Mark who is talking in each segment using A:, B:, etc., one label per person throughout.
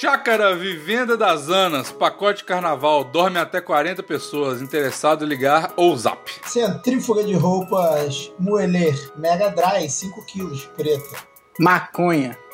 A: Chácara Vivenda das Anas, pacote carnaval, dorme até 40 pessoas, interessado ligar ou zap.
B: Centrífuga de roupas Mueller Mega Dry, 5 quilos, preta.
C: Maconha.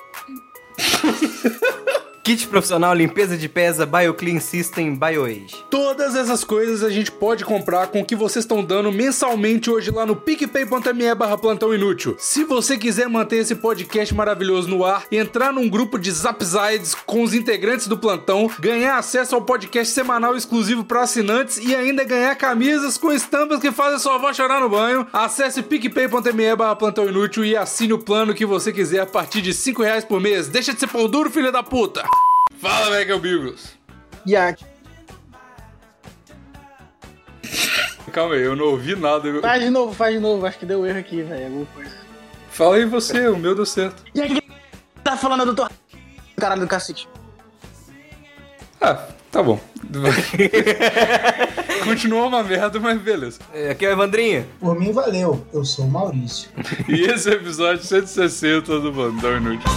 D: Kit profissional, limpeza de pesa, BioClean System, BioAge.
A: Todas essas coisas a gente pode comprar com o que vocês estão dando mensalmente hoje lá no picpay.me barra plantão inútil. Se você quiser manter esse podcast maravilhoso no ar, entrar num grupo de Zapsides com os integrantes do plantão, ganhar acesso ao podcast semanal exclusivo para assinantes e ainda ganhar camisas com estampas que fazem sua avó chorar no banho, acesse picpay.me barra plantão inútil e assine o plano que você quiser a partir de 5 reais por mês. Deixa de ser pão duro, filho da puta! Fala, Mega Bigos!
C: E a...
A: Calma aí, eu não ouvi nada. eu-
C: Faz de novo, faz de novo. Acho que deu erro aqui, velho. Alguma coisa.
A: Fala aí você, o meu deu certo.
C: E aqui tá falando do doutor... Caralho do cacete.
A: Ah, tá bom. Continua uma merda, mas beleza.
D: É, Aqui é o Evandrinho.
B: Por mim, valeu. Eu sou o Maurício.
A: E esse é o episódio 160 do Bandão Inútil.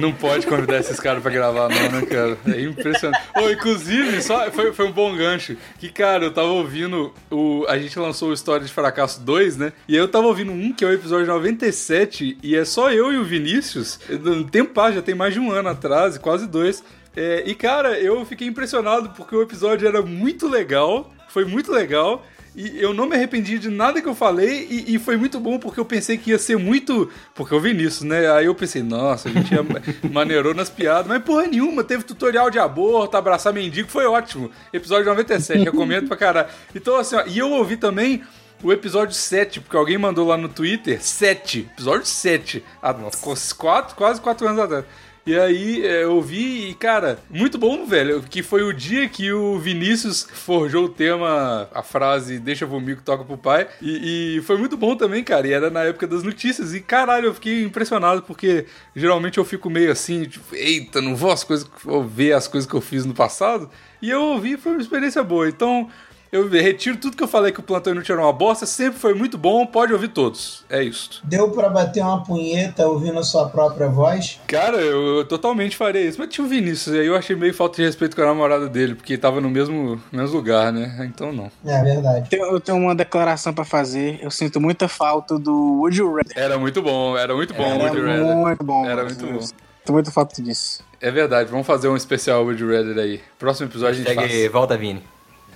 A: Não pode convidar esses caras pra gravar, não, né, cara? É impressionante. Ô, inclusive, só foi, foi um bom gancho. Que, cara, eu tava ouvindo. O, a gente lançou o História de Fracasso 2, né? E eu tava ouvindo um, que é o episódio 97, e é só eu e o Vinícius. Um tempo, já tem mais de um ano atrás, quase dois. É, e, cara, eu fiquei impressionado porque o episódio era muito legal. Foi muito legal. E eu não me arrependi de nada que eu falei, e, e foi muito bom porque eu pensei que ia ser muito. Porque eu vi nisso, né? Aí eu pensei, nossa, a gente ia maneirou nas piadas, mas porra nenhuma. Teve tutorial de aborto, abraçar mendigo, foi ótimo. Episódio 97, recomendo pra caralho. Então, assim, ó, e eu ouvi também. O episódio 7, porque alguém mandou lá no Twitter, 7, episódio 7, há quase 4, quase 4 anos atrás. E aí é, eu vi e, cara, muito bom, velho. Que foi o dia que o Vinícius forjou o tema, a frase deixa comigo, toca pro pai. E, e foi muito bom também, cara. E era na época das notícias. E caralho, eu fiquei impressionado, porque geralmente eu fico meio assim, tipo, eita, não vou as coisas que- vou ver as coisas que eu fiz no passado. E eu ouvi foi uma experiência boa. Então. Eu retiro tudo que eu falei que o Plantão Inútil era uma bosta, sempre foi muito bom, pode ouvir todos. É isso.
B: Deu pra bater uma punheta ouvindo a sua própria voz?
A: Cara, eu, eu totalmente faria isso. Mas tinha o Vinícius, aí eu achei meio falta de respeito com a namorada dele, porque tava no mesmo, mesmo lugar, né? Então não.
B: É verdade.
C: Tenho- Eu tenho uma declaração pra fazer. Eu sinto muita falta do Would You Rather.
A: Era muito bom, era muito bom o
C: Era
A: Woody Redder.
C: muito bom.
A: Era
C: mano.
A: muito bom.
C: Eu Sinto muita falta disso.
A: É verdade, vamos fazer um especial Woody Redder aí. Próximo episódio a gente
D: Segue,
A: faz.
D: volta Vini.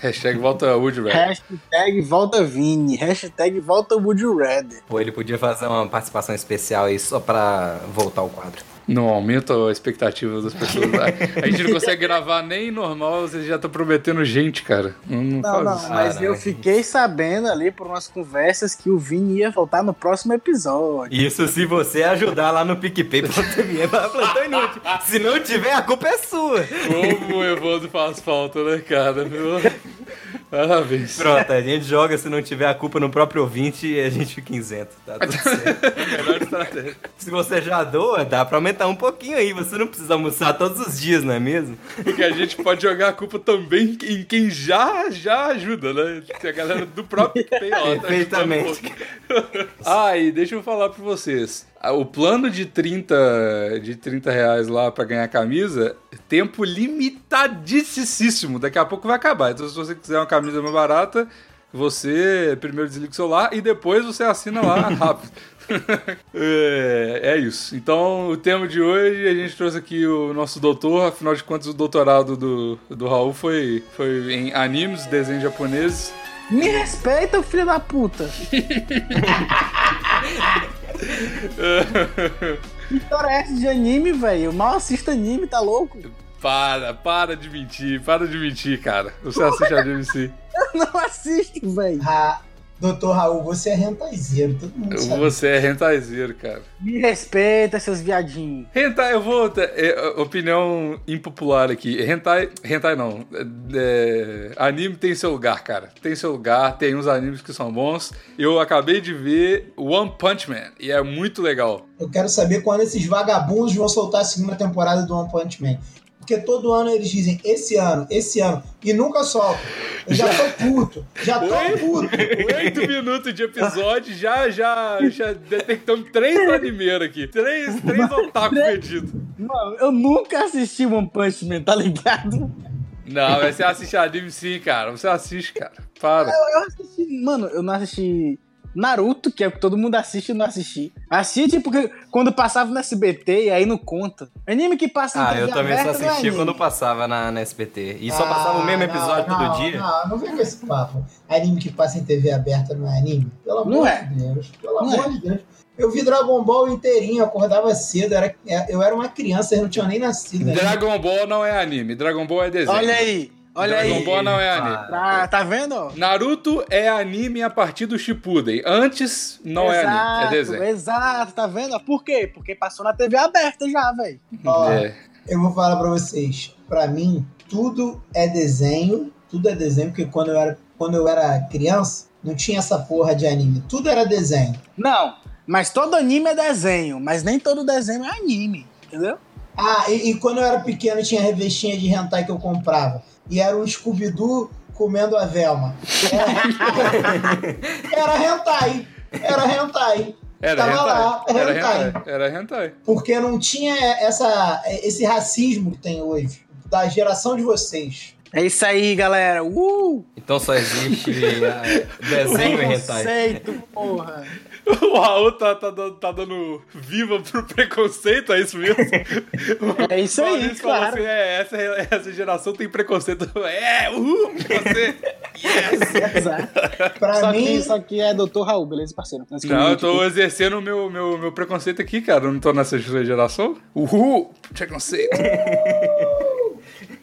A: Hashtag volta Woody Redder.
C: Hashtag volta Vini. Hashtag volta Would You Rather.
D: Pô, ele podia fazer uma participação especial aí só pra voltar o quadro.
A: Não aumenta a expectativa das pessoas. A gente não consegue gravar nem normal, vocês já estão prometendo gente, cara. Não, não
C: Não,
A: faz
C: não,
A: isso.
C: mas
D: Caralho.
C: eu fiquei sabendo ali por umas conversas que o Vini ia voltar no próximo episódio.
D: Isso se você ajudar lá no PicPay.me para é plantão inútil. Se não tiver, a culpa é sua.
A: Como o Evandro faz falta, né, cara? Meu- Parabéns.
D: Pronto, a gente joga, se não tiver a culpa no próprio ouvinte, e a gente fica isento. Tá tudo certo.
A: Melhor estratégia.
D: Se você já doa, dá pra aumentar um pouquinho aí. Você não precisa almoçar todos os dias, não é mesmo?
A: Porque a gente pode jogar a culpa também em quem já, já ajuda, né? Que a galera do próprio PO tá ajudando um
D: Perfeitamente.
A: pouco. ah, e deixa eu falar pra vocês. Ah, O plano de 30, de 30 reais lá pra ganhar camisa, tempo limitadíssimo. Daqui a pouco vai acabar. Então se você quiser uma camisa mais barata, você primeiro desliga o celular e depois você assina lá rápido. é, é isso. Então, o tema de hoje, a gente trouxe aqui o nosso doutor. Afinal de contas, o doutorado do, do Raul foi, foi em animes, desenhos japoneses.
C: Me respeita, filho da puta. Que história é essa de anime, velho? Eu mal assisto anime, tá louco?
A: para, para de mentir, para de mentir, cara. Você assiste anime sim.
C: Eu não assisto, velho.
B: Ah, Doutor Raul, você é rentaizeiro, todo mundo sabe.
A: Você é rentaizeiro, cara.
C: Me respeita, seus viadinhos.
A: Hentai, eu vou. é, é, opinião impopular aqui. Hentai. Hentai não. É, é, anime tem seu lugar, cara. Tem seu lugar, tem uns animes que são bons. Eu acabei de ver One Punch Man e é muito legal.
B: Eu quero saber quando esses vagabundos vão soltar a segunda temporada do One Punch Man. Porque todo ano eles dizem esse ano, esse ano, e nunca soltam. Eu já, tô puto, já tô
A: Oi?
B: puto.
A: Oito minutos de episódio, já, já, já detectamos três animeiros aqui. Três, três otaku perdidos.
C: Mano, eu nunca assisti One Punch Man, tá ligado?
A: Não, mas você assiste anime sim, cara. Você assiste, cara. Para.
C: Eu assisti, mano, eu não assisti Naruto, que é o que todo mundo assiste, eu não assisti. Assiste porque quando passava no SBT, e aí não conta. Anime que passa na
D: Ah,
C: TV
D: eu também só
C: aberta não é
D: assistia
C: anime.
D: quando passava na, na SBT. E só passava o mesmo
B: Ah, não,
D: episódio
B: não,
D: todo dia.
B: Não, não vem com esse papo. Anime que passa em TV aberta não é anime? Pelo amor
C: Não é.
B: de Deus. Pelo
C: Não
B: amor de Deus. Eu vi Dragon Ball inteirinho, eu acordava cedo, era, é, eu era uma criança, eles não tinham nem nascido. né? ainda.
A: Dragon Ball não é anime, Dragon Ball é desenho.
C: Olha aí, olha
A: Dragon
C: aí.
A: Ball não é
D: Ah.
A: anime.
C: Tá, tá vendo? ó?
A: Naruto é anime a partir do Shippuden. Antes não é anime, é
C: Exato,
A: desenho.
C: Exato, tá vendo? Por quê? Porque passou na TV aberta já, velho.
B: Ó,
A: É.
B: Eu vou falar pra vocês. Pra mim, tudo é desenho. Tudo é desenho, porque quando eu era, quando eu era criança, não tinha essa porra de anime. Tudo era desenho.
C: Não, mas todo anime é desenho, mas nem todo desenho é anime, entendeu?
B: Ah, e, e quando eu era pequeno, tinha revistinha de hentai que eu comprava. E era um Scooby-Doo comendo a Velma. Era, era hentai. Era hentai.
A: Era
B: Tava lá,
A: hentai. Era
B: hentai.
A: hentai. Era hentai.
B: Porque não tinha essa, esse racismo que tem hoje. Da geração de vocês.
C: É isso aí, galera. Uh!
D: Então só existe é, desenho e hentai.
C: Conceito, porra.
A: O Raul tá, tá dando- tá dando viva pro preconceito, é isso mesmo?
C: É isso aí,
A: Maurício falou
C: claro.
A: assim, é, essa, essa geração tem preconceito. É, uhul, você.
C: Exato.
B: Pra
C: Só
B: mim,
C: que isso aqui é Dr. Raul, beleza, parceiro? Tá Nós
A: Não, eu
C: comunicamos
A: tô
C: aqui.
A: exercendo o meu, meu, meu preconceito aqui, cara. Eu não tô nessa geração. Uhul, preconceito.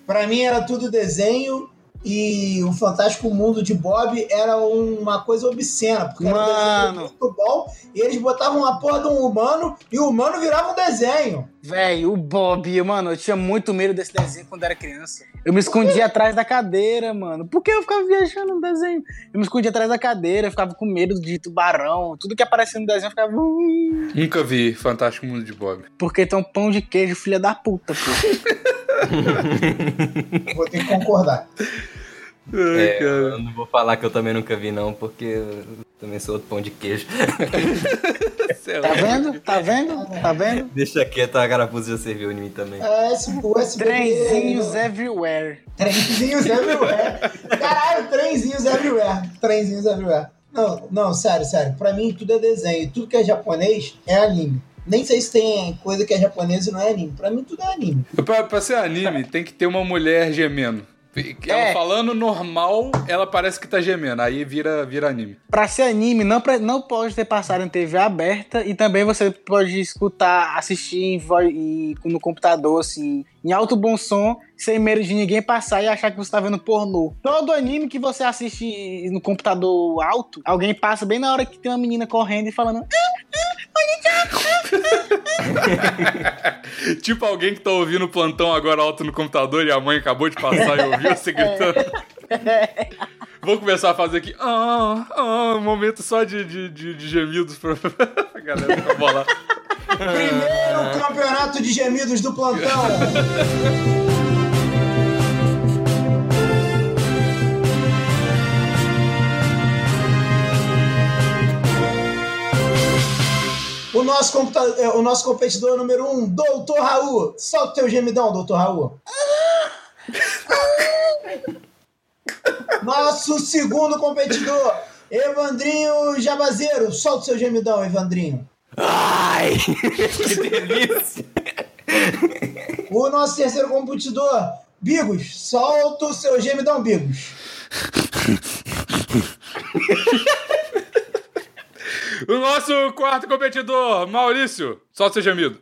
B: Pra mim era tudo desenho e o Fantástico Mundo de Bob era uma coisa obscena, porque era um
C: Mano.
B: desenho muito bom e eles botavam a porra de um humano e o humano virava um desenho.
C: Véi, o Bob, mano, eu tinha muito medo desse desenho quando era criança. Eu me escondia atrás da cadeira, mano. Por que eu ficava viajando no desenho? Eu me escondia atrás da cadeira, eu ficava com medo de tubarão. Tudo que aparecia no desenho eu ficava. "Ui".
A: Nunca vi Fantástico Mundo de Bob.
C: Porque tem um pão de queijo, filha da puta, pô.
B: Vou ter que concordar.
A: Ai,
D: É,
A: cara.
D: eu não vou falar que eu também nunca vi, não, porque eu também sou outro pão de queijo.
A: Sei lá.
C: Tá vendo? Tá vendo? Tá vendo?
D: Deixa quieto, a carapuça já serviu em mim também.
B: É, esse- o SBT.
C: Trenzinhos é- everywhere.
B: Trenzinhos everywhere. Caralho, trenzinhos everywhere. Trenzinhos everywhere. Não, não, sério, sério. Pra mim tudo é desenho. Tudo que é japonês é anime. Nem sei se tem coisa que é japonês e não é anime. Pra mim tudo é anime.
A: Pra, pra ser anime, tem que ter uma mulher gemendo. Ela
C: É.
A: falando normal, ela parece que tá gemendo. Aí vira, vira anime.
C: Pra ser anime, não, pre- não pode ter passado em TV aberta e também você pode escutar, assistir em vo- em- no computador, assim, em alto bom som, sem medo de ninguém passar e achar que você tá vendo pornô. Todo anime que você assiste no computador alto, alguém passa bem na hora que tem uma menina correndo e falando. "Ah!"
A: tipo alguém que tá ouvindo o plantão agora alto no computador e a mãe acabou de passar e ouviu
C: É.
A: você gritando. Vou começar a fazer aqui. Ah, ah, um momento só de, de, de, de gemidos pra, pra galera ficar bolada.
B: Primeiro é um campeonato de gemidos do plantão. O nosso, computa- é, o nosso competidor número um, Doutor Raul. Solta o teu gemidão, Doutor Raul. Nosso segundo competidor, Evandrinho Jabazeiro. Solta o seu gemidão, Evandrinho.
D: Ai! Que delícia!
B: O nosso terceiro computador, Bigos, solta o seu gemidão, Bigos.
A: O nosso quarto competidor, Maurício. Só seu gemido.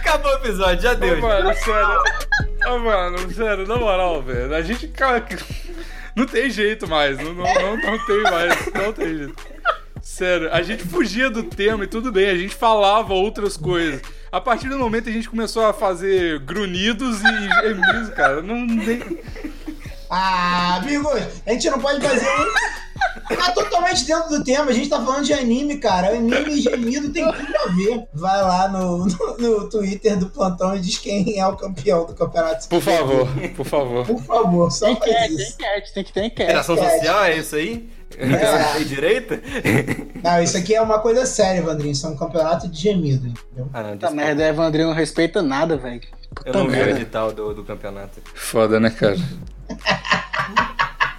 D: Acabou o episódio, já deu.
A: Mano, sério. Ô, mano, sério, na moral, velho. A gente. cara, Não tem jeito mais. Não, não, não, não tem mais. Não tem jeito. Sério, a gente fugia do tema e tudo bem, a gente falava outras coisas. A partir do momento a gente começou a fazer grunhidos e gemidos, cara. Não tem.
B: Ah, amigos, a gente não pode fazer. Tá totalmente dentro do tema, a gente tá falando de anime, cara. Anime e gemido tem tudo a ver. Vai lá no, no, no Twitter do plantão e diz quem é o campeão do campeonato.
A: Por favor, por favor.
B: Por favor, só
C: Tem
B: faz
C: enquete, tem
B: isso.
C: enquete, tem que ter enquete.
D: Interação social, é isso aí? Interação de direita?
B: Não, isso aqui é uma coisa séria, Vandrinho. Isso é um campeonato de gemido, entendeu?
D: Ah, não,
C: Essa
D: desculpa.
C: merda, Evandrinho não respeita nada, velho.
D: Eu não vi o
C: merda.
D: edital do, do campeonato.
A: Foda, né, cara?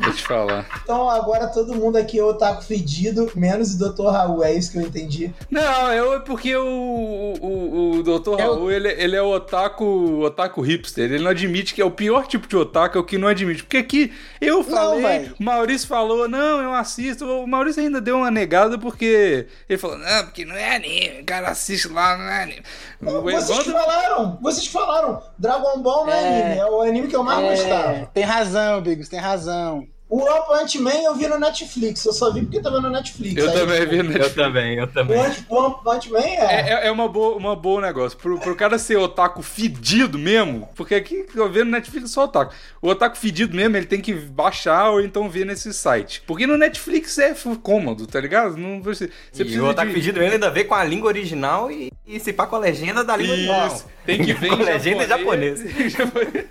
A: Vou te falar.
B: Então agora todo mundo aqui é otaku fedido, menos o Dr. Raul, é isso que eu entendi.
A: Não, eu é porque o, o, o Dr. Raul, ele, ele é o otaku, otaku hipster. Ele não admite que é o pior tipo de otaku, é o que não admite. Porque aqui eu falei,
C: velho.
A: o Maurício falou, não, eu assisto. O Maurício ainda deu uma negada porque ele falou, não, porque não é anime, o cara assiste lá, não é anime. O
B: vocês
A: Evandro,
B: falaram, vocês falaram. Dragon Ball não é,
C: É.
B: anime, é o anime que eu mais
C: É,
B: gostava.
C: tem razão, Bigos, tem razão.
B: O Up Ant-Man eu vi no Netflix, eu só vi porque tava no Netflix.
A: eu
B: Aí,
A: também vi né? no
D: Eu também, eu
B: O
D: também.
B: Ant- o Up Ant-Man é.
A: É, é, é uma boa, uma boa negócio. Pro, pro cara ser otaku fedido mesmo, porque aqui que eu vejo no Netflix só otaku. O otaku fedido mesmo, ele tem que baixar ou então ver nesse site. Porque no Netflix é f- cômodo, tá ligado? Não precisa. Você
D: E
A: precisa
D: o Otaku
A: de-
D: Pedido ainda ainda vê com a língua original e, e se pá com a legenda da língua
A: Isso,
D: original.
A: tem que ver
D: Com
A: em
D: legenda
A: japonês. japonês.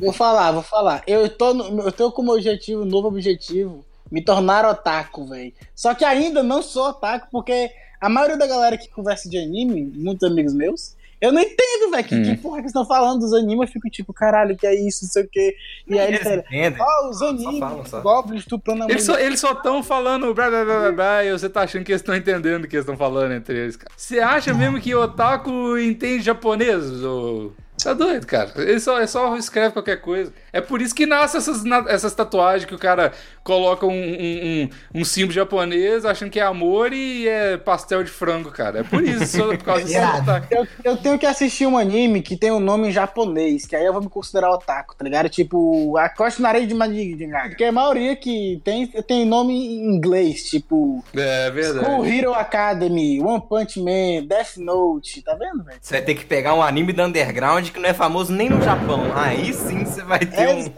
C: Vou falar, vou falar. Eu tô, no- eu tô com meu objetivo, um novo objetivo, me tornar otaku, velho. Só que ainda não sou otaku, porque a maioria da galera que conversa de anime, muitos amigos meus, eu não entendo, velho, que,
A: Hum.
C: que porra que estão falando dos animes. Eu fico tipo, caralho, que é isso, não sei o quê. E aí
A: É.
C: eles
D: Eles
C: falam,
D: entendem.
C: ó, os
D: falam,
C: animes,
D: só.
C: goblins estuprando a mulher.
A: Eles só eles só estão falando blá blá blá blá blá e você tá achando que eles estão entendendo o que eles estão falando entre eles, cara. Você acha mesmo que otaku entende japonês? Ou... Tá doido, cara. Ele só, é só escreve qualquer coisa. É por isso que nasce essas, na- essas tatuagens que o cara coloca um, um, um, um símbolo japonês achando que é amor e é pastel de frango, cara. É por isso, só por causa desse
B: Irado.
A: otaku.
C: Eu, eu tenho que assistir um anime que tem um nome em japonês, que aí eu vou me considerar otaku, tá ligado? Tipo, a Costa na areia de Madigaga. Porque a maioria que tem, tem nome em inglês, tipo,
A: É verdade.
C: School Hero Academy, One Punch Man, Death Note, tá vendo, velho?
D: Você vai ter que pegar um anime do underground que não é famoso nem no Japão. Aí sim você vai ter
C: É,
D: um.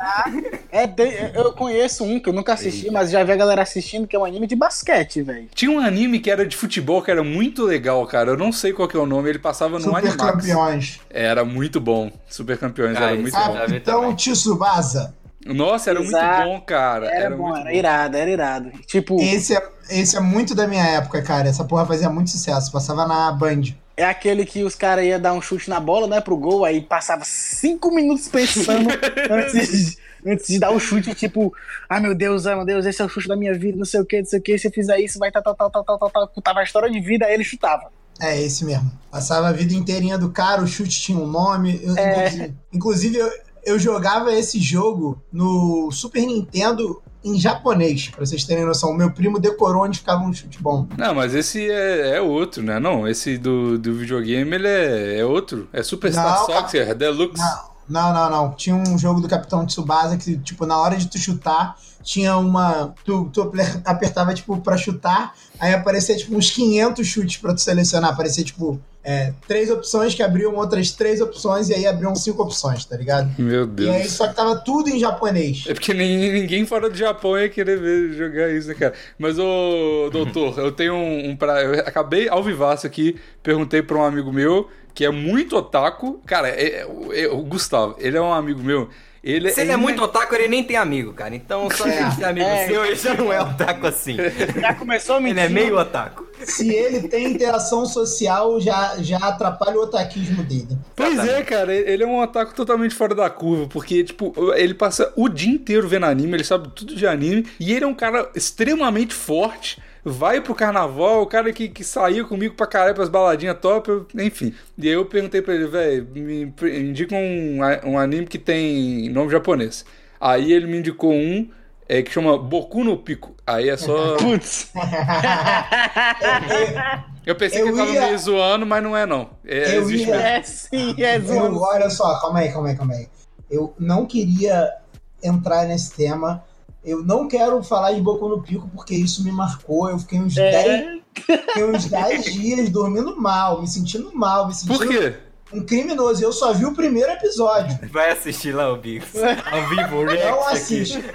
C: é, tem- eu conheço um que eu nunca assisti, mas já vi a galera assistindo, que é um anime de basquete, velho.
A: Tinha um anime que era de futebol que era muito legal, cara. Eu não sei qual que é o nome, ele passava no
B: Super
A: Animax.
B: campeões.
A: Era muito bom. Super Campeões
D: Ah,
A: era
D: isso
A: muito
D: é
A: bom.
D: verdade.
B: Capitão Tsubasa.
A: Nossa, era
C: Exato.
A: muito bom, cara.
C: Era, bom,
A: muito
C: era irado, era irado. Tipo,
B: Esse é, esse é muito da minha época, cara. Essa porra fazia muito sucesso. Passava na Band.
C: é aquele que os caras iam dar um chute na bola, né, pro gol, aí passava cinco minutos pensando antes, de, antes de dar o chute, tipo, ah, meu Deus, ah, meu Deus, esse é o chute da minha vida, não sei o que, não sei o que, se eu fizer isso, vai tal, tal, tal, tal, tal, tal, tal, contava a história de vida, aí ele chutava.
B: É esse mesmo. Passava a vida inteirinha do cara, o chute tinha um nome. Eu- Inclusive, inclusive, eu, eu jogava esse jogo no Super Nintendo em japonês, pra vocês terem noção. O meu primo decorou onde ficava um chute bom.
A: Não, mas esse é, é outro, né? Não, esse do, do videogame, ele é, é outro. É Superstar
B: Não,
A: Soccer Deluxe.
B: Não. Não, não, não. Tinha um jogo do Capitão Tsubasa que, tipo, na hora de tu chutar, tinha uma. Tu, tu apre- apertava, tipo, pra chutar, aí aparecia, tipo, uns 500 chutes pra tu selecionar. Aparecia, tipo, é, três opções que abriam outras três opções e aí abriam cinco opções, tá ligado?
A: Meu
B: E aí,
A: Deus.
B: só que tava tudo em japonês.
A: É porque nem- ninguém fora do Japão ia querer ver jogar isso, né, cara? Mas, ô, doutor, eu tenho um, um pra... Eu acabei ao vivaço aqui, perguntei pra um amigo meu, que é muito otaku. Cara, é- é- o- é- o Gustavo, ele é um amigo meu. Ele
D: Se ele é
A: ine-
D: muito otaku, ele nem tem amigo, cara. Então só ele ser amigo
C: É.
D: seu, ele já não é otaku assim.
C: Já começou a
D: Ele é meio otaku.
B: Se ele tem interação social, já, já atrapalha o otaquismo dele.
A: Pois é, cara, ele é um ataque totalmente fora da curva, porque, tipo, ele passa o dia inteiro vendo anime, ele sabe tudo de anime, e ele é um cara extremamente forte, vai pro carnaval, o cara que, que saiu comigo pra caralho, pras baladinhas top, eu- enfim. E aí eu perguntei pra ele, velho, me pre- indica um, a- um anime que tem nome japonês. Aí ele me indicou um é, que chama Boku no Pico. Aí é só.
C: Putz.
A: Eu pensei
B: Eu
A: que ele tava
B: ia-
A: meio zoando, mas não é, não. É,
B: Eu
A: existe
B: ia-
A: mesmo.
C: É sim, é
B: Eu,
C: zoando.
B: olha só, calma aí, calma aí, calma aí. Eu não queria entrar nesse tema. Eu não quero falar de Boku no Pico, porque isso me marcou. Eu fiquei uns 10
C: É,
B: fiquei uns 10 dias dormindo mal, me sentindo mal, me sentindo
A: Por quê?
B: um criminoso. Eu só vi o primeiro episódio.
D: Vai assistir lá o Bigos. Ao vivo, o React
B: Não
D: aqui.
B: assiste.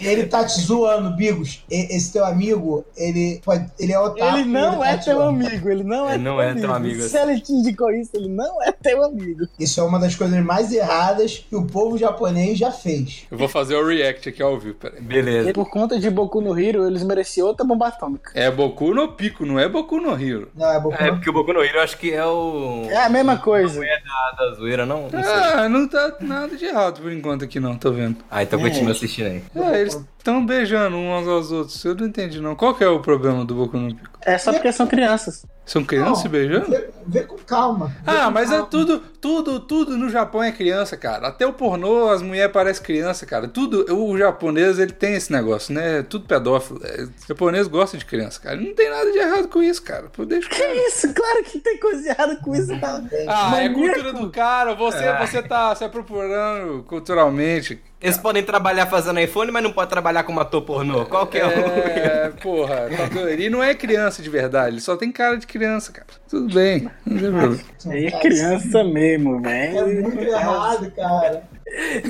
B: Ele tá te zoando, Bigos. E- Esse teu amigo, ele, pode- ele é otário.
C: ele não é teu amigo, ele não é
D: Ele não é teu amigo,
C: Se ele te indicou isso, ele não é teu amigo.
B: Isso é uma das coisas mais erradas que o povo japonês já fez.
A: Eu vou fazer o react aqui ao vivo, peraí.
D: Beleza.
C: E por conta de Boku no Hero, eles mereciam outra bomba atômica.
A: É Boku no Pico, não é Boku no Hero.
B: Não, é Boku
D: É
B: no
D: porque o Boku no Hero eu acho que é o.
C: É a mesma coisa.
D: a da zoeira, não? Não sei.
A: Ah, não tá nada de errado por enquanto aqui não, tô vendo.
D: Ah, então
C: É.
D: continua assistindo aí.
A: É, eles estão beijando uns aos outros, eu não entendi não. Qual que é o problema do Boku no Pico?
C: É só porque são crianças.
A: São crianças se beijando?
B: Vê, vê com calma. Vê
A: Ah,
B: com
A: mas é
B: calma.
A: tudo, tudo, tudo no Japão é criança, cara. Até o pornô, as mulheres parecem criança, cara. Tudo, o japonês, ele tem esse negócio, né? É Tudo pedófilo. É, O japonês gosta de criança, cara. Não tem nada de errado com isso, cara. Pô, deixa o cara.
C: Isso, claro que tem coisa errada com isso, tá? não.
A: Ah, é
C: Maníaco.
A: cultura do cara. Você,
D: Ah.
A: você tá se apropriando culturalmente.
D: Eles podem trabalhar fazendo iPhone, mas não pode trabalhar como ator pornô. Qual que é, o.
A: É, porra. tá doido. Ele não é criança de verdade. Ele só tem cara de criança, cara. Tudo bem. Não tem problema.
C: Aí é criança mesmo,
B: um É
C: velho.
B: muito errado, cara.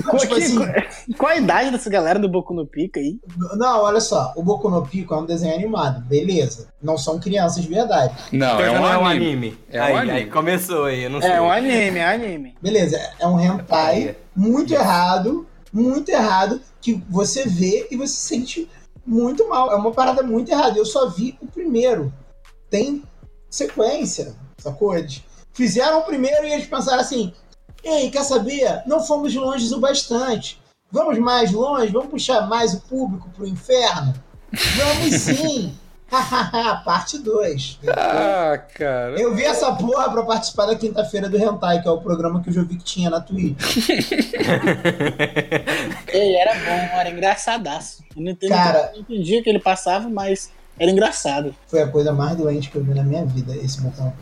C: Qual,
B: Tipo
C: que-
B: assim,
C: qual- qual a idade dessa galera do Boku no Pica aí?
B: não, olha só. O Boku no Pico é um desenho animado, beleza. Não são crianças de verdade.
A: Não, é
D: Então já
A: um
D: não
A: anime.
D: É
A: É
D: um
A: um
D: aí,
A: anime.
D: aí começou aí, eu não sei.
C: É um anime, é um anime.
B: Beleza, é um hentai muito errado, muito errado, que você vê e você se sente muito mal. É uma parada muito errada. Eu só vi o primeiro. Tem sequência, sacou? Eles fizeram o primeiro e eles pensaram assim: ei, quer saber? Não fomos longe o bastante. Vamos mais longe, vamos puxar mais o público pro inferno? Vamos sim! Parte 2.
A: Ah, cara.
B: Eu vi essa porra pra participar da quinta-feira do Hentai, que é o programa que eu já vi que tinha na Twitch.
C: Ei, era bom, era engraçadaço. Eu não entendi,
B: Cara.
C: não entendi o que ele passava, mas era engraçado.
B: Foi a coisa mais doente que eu vi na minha vida, esse botão.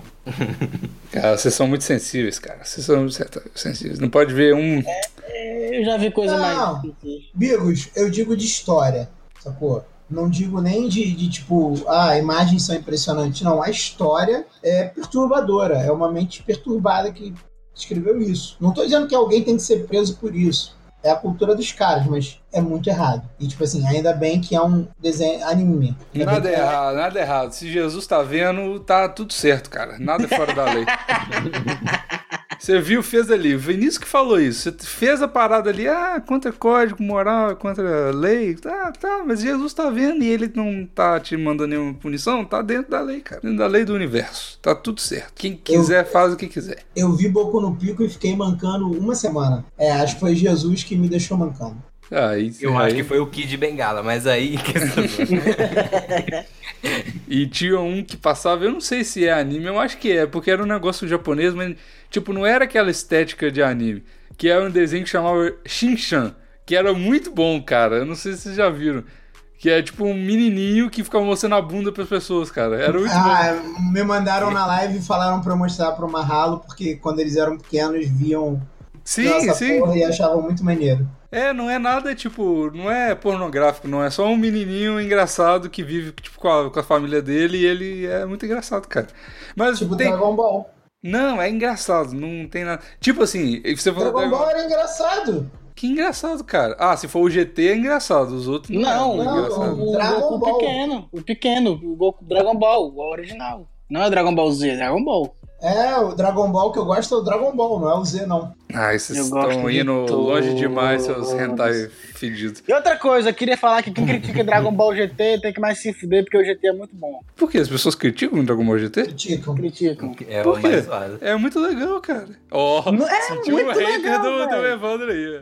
A: Cara, vocês são muito sensíveis, cara. Vocês são muito sensíveis. Não pode ver um.
C: Eu já vi coisa
B: Não.
C: mais.
B: Bigos, eu digo de história, sacou? Não digo nem de, de, tipo, ah, imagens são impressionantes. Não, a história é perturbadora. É uma mente perturbada que escreveu isso. Não tô dizendo que alguém tem que ser preso por isso. É a cultura dos caras, mas é muito errado. E, tipo assim, ainda bem que é um desenho anime. Ainda bem
A: Nada
B: que é-
A: errado, nada errado. Se Jesus tá vendo, tá tudo certo, cara. Nada é fora da lei. Você viu, fez ali. O Vinícius que falou isso. Você fez a parada ali, ah, contra código moral, contra a lei. Tá, tá, mas Jesus tá vendo e ele não tá te mandando nenhuma punição, tá dentro da lei, cara. Dentro da lei do universo. Tá tudo certo. Quem quiser, faz o que quiser.
B: Eu vi Boku no Pico e fiquei mancando uma semana. É, acho que foi Jesus que me deixou mancando.
A: Aí,
D: Eu
A: Ah, aí-
D: acho que foi o Kid Bengala, mas aí.
A: E tinha um que passava, eu não sei se é anime, eu acho que é, porque era um negócio japonês, mas tipo, não era aquela estética de anime, que era um desenho que chamava Shinchan, que era muito bom, cara. Eu não sei se vocês já viram. Que é tipo um menininho que ficava mostrando a bunda pras pessoas, cara. Era muito bom.
B: Ah, me mandaram na live e falaram pra eu mostrar pro Marralo, porque quando eles eram pequenos viam
A: Sim,
B: essa
A: sim.
B: porra e achavam muito maneiro.
A: É, não é nada, tipo, não é pornográfico, não. É só um menininho engraçado que vive, tipo, com a, com a família dele e ele é muito engraçado, cara. Mas
B: Tipo
A: tem...
B: Dragon Ball.
A: Não, é engraçado, não tem nada... Tipo assim, você falou...
B: Dragon
A: Dragon-
B: Ball era engraçado.
A: Que engraçado, cara. Ah, se for o GT é engraçado, os outros
C: Não,
A: é
B: não,
A: engraçado.
C: o
B: Dragon
C: Goku
B: Ball.
C: pequeno, o pequeno, o Goku Dragon Ball, o original. Não é Dragon Ball Z, é Dragon Ball.
B: É, o Dragon Ball que eu gosto é o Dragon Ball, não é o Z, não.
A: Ah, vocês
C: Eu gosto
A: estão
C: de
A: indo longe demais, seus
C: todos.
A: hentai fedidos.
C: E outra coisa, eu queria falar que quem critica Dragon Ball GT tem que mais se fuder, porque o GT é muito bom.
A: Por que as pessoas criticam o Dragon Ball GT?
B: Criticam.
C: Criticam.
D: é
A: Por
D: o
A: quê?
D: mais zoado.
A: É muito legal, cara. Ó,
C: Não, é
A: sentiu
C: muito
A: o hater
C: legal,
A: do, do
C: velho.
A: Evandro aí.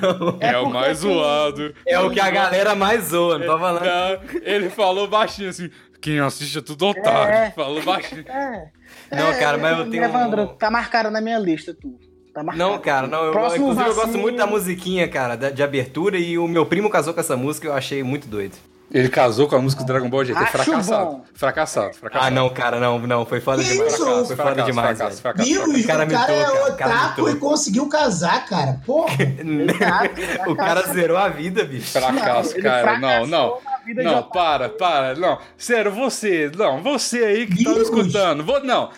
D: não.
A: É, o
C: porque,
A: mais
C: assim,
A: zoado.
D: É o que a galera mais zoa, não tô falando.
A: Não, ele falou baixinho assim, quem assiste é tudo otário.
C: É.
A: Falou baixinho.
C: É.
D: Não, cara, mas eu tenho. um-
C: Evandro, tá marcado na minha lista, tu. Tá marcado.
D: Não, cara, não. Eu,
C: Próximo
D: inclusive, eu
C: vacilo.
D: gosto muito da musiquinha, cara, da- de abertura, e o meu primo casou com essa música e eu achei muito doido.
A: Ele casou com a música do Dragon Ball GT.
C: Acho
A: Fracassado.
C: bom.
A: Fracassado. Fracassado.
D: Ah, não, cara, não, não, foi foda
B: Que
D: demais.
B: isso?
D: Fracasso, Foi foda
A: Fracasso,
D: demais.
A: fracasso,
D: velho.
A: fracasso,
C: um
A: fracasso.
B: Bios, o cara,
D: cara
B: é
D: mitou, cara, o cara
B: otaku
D: mitou.
B: e conseguiu casar, cara. Porra.
D: o cara zerou a vida, bicho.
A: Fracasso,
C: Ele
A: cara. Não,
C: fracassou
A: não.
C: na vida de
A: Não, para,
C: otário.
A: para. Não, sério, você, não, você aí que tá me
B: Vírus.
A: escutando. Vou, não,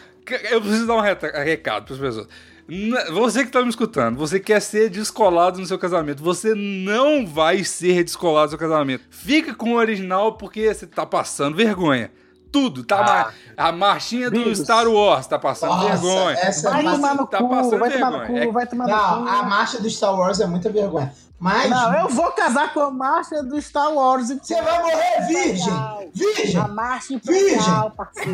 A: eu preciso dar um reta- recado pras pessoas. N- Você que tá me escutando, você quer ser descolado no seu casamento, você não vai ser descolado no seu casamento. Fica com o original porque você tá passando vergonha. Tudo, tá?
D: Ah.
A: na- a marchinha do
C: Vírus.
A: Star Wars tá passando
B: Nossa,
A: vergonha.
B: essa
C: Vai
B: Tá
C: tomar no
A: tá
C: cu,
A: passando
C: vai tomar no
A: vergonha.
C: cu, vai tomar no
B: Não,
C: cu.
B: a marcha do Star Wars é muita vergonha. Mas
C: Não, é eu vou casar com a marcha do Star Wars. e-
B: você vai morrer virgem.
C: Legal. A
B: Virgem.
C: marcha imperial, parceiro.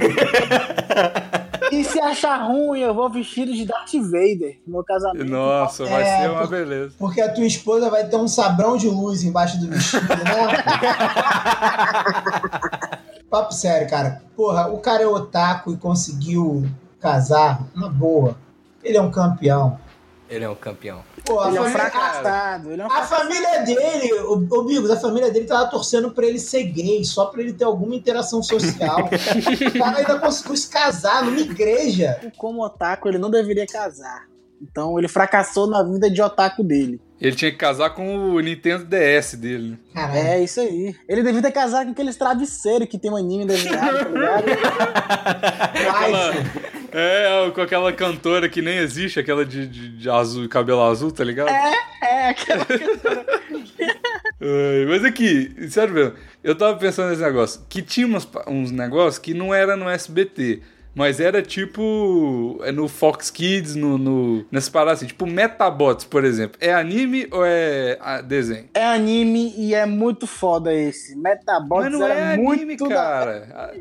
C: E se achar ruim, eu vou vestido de Darth Vader no meu casamento.
A: Nossa, vai
B: É,
A: ser uma
B: por-
A: beleza.
B: Porque a tua esposa vai ter um sabrão de luz embaixo do vestido, né? Papo sério, cara. Porra, o cara é otaku e conseguiu casar na boa. Ele é um campeão.
D: Ele é um campeão.
B: Porra,
C: Ele é
B: a
C: um
B: família-
C: fracassado. Ele é
B: A
C: um fracassado.
B: família dele, o, o Bigos, a família dele tava torcendo pra ele ser gay, só pra ele ter alguma interação social. o cara ainda conseguiu se casar numa igreja.
C: Como otaku, ele não deveria casar. Então ele fracassou na vida de otaku dele.
A: Ele tinha que casar com o Nintendo DS dele, né?
B: Caralho.
C: É isso aí. Ele devia ter casado com aqueles travesseiros que tem um anime desenhado, tá ligado?
A: Aquela-
B: Mas,
A: é, com aquela cantora que nem existe, aquela de, de- de azul, cabelo azul, tá ligado?
C: É, aquela.
A: Ai, mas aqui, sério mesmo, eu tava pensando nesse negócio, que tinha umas pa- uns negócios que não era no SBT, mas era tipo é no Fox Kids, no, no, nessas paradas assim, tipo Metabots, por exemplo. É anime ou é ah, desenho?
C: É anime e é muito foda esse. Metabots
A: Mas não
C: era
A: é
C: muito
A: anime,
C: da- é
A: cara.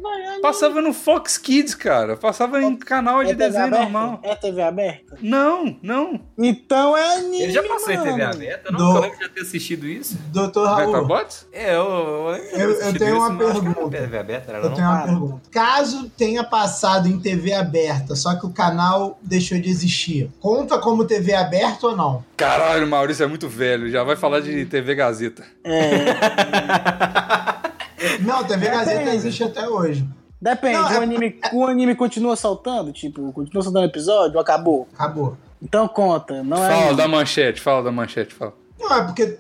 A: Passava no Fox Kids, cara. Passava em canal de
C: É TV
A: desenho
C: aberta?
A: normal.
C: É TV aberta?
A: Não, não.
C: Então é anime.
D: Ele já passou em TV
C: mano.
D: aberta? Eu
B: Do-
D: não lembro de já ter assistido isso.
B: doutor Raul,
A: Metabots?
D: É, eu, eu, lembro de ter
B: Eu- eu
D: assistido
B: tenho
D: isso,
B: uma
D: mas acho que não
B: pergunta.
D: era TV aberta, era
B: eu
D: não?
B: tenho uma
C: Ah.
B: pergunta. Caso tenha passado em TV aberta, só que o canal deixou de existir, conta como TV aberta ou não?
A: Caralho, Maurício é muito velho, já vai falar de TV Gazeta.
C: É.
B: Não, TV
A: É
B: Gazeta
C: Depende.
B: existe até hoje.
C: Depende,
B: Não, é-
C: o, anime, o anime continua saltando? Tipo, continua saltando episódio? Acabou?
B: Acabou.
C: Então conta, não é.
A: Fala
C: anime.
A: da manchete, fala da manchete, fala.
B: Não, é porque.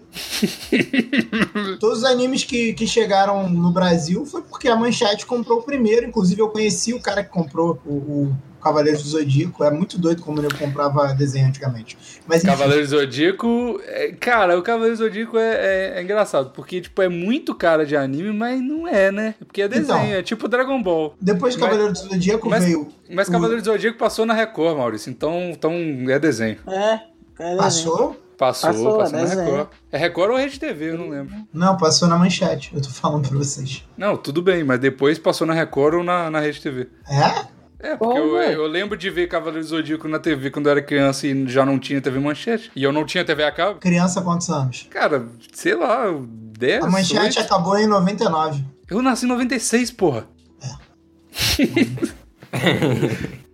B: Todos os animes que, que chegaram no Brasil foi porque a Manchete comprou o primeiro. Inclusive, eu conheci o cara que comprou o, o Cavaleiros do Zodíaco. É muito doido como ele comprava desenho antigamente. Mas enfim,
A: Cavaleiro Zodíaco, é, cara, o Cavaleiro Zodíaco é, é- é engraçado, porque, tipo, é muito cara de anime, mas não é, né? Porque é desenho,
B: Então.
A: é tipo Dragon Ball.
B: depois do
A: Mas-
B: Cavaleiros do Zodíaco
A: mas-
B: veio.
A: Mas Cavaleiro Zodíaco passou na Record, Maurício, então, então é desenho.
C: É. é
A: né?
C: desenho.
B: Passou?
A: Passou, passou,
C: Passou, é
A: na
C: desenho.
A: Record. É Record ou Rede TV, eu não lembro.
B: Não, passou na Manchete. Eu tô falando pra vocês.
A: Não, tudo bem, mas depois passou na Record ou na, na Rede TV.
B: É?
A: É, porque
C: Como
A: eu,
C: é?
A: eu lembro de ver Cavaleiro Zodíaco na TV quando eu era criança e já não tinha TV Manchete. E eu não tinha TV a cabo.
B: Criança, quantos anos?
A: Cara, sei lá, 10,
B: A Manchete
A: 8.
B: é- acabou em 99.
A: Eu nasci em 96, porra.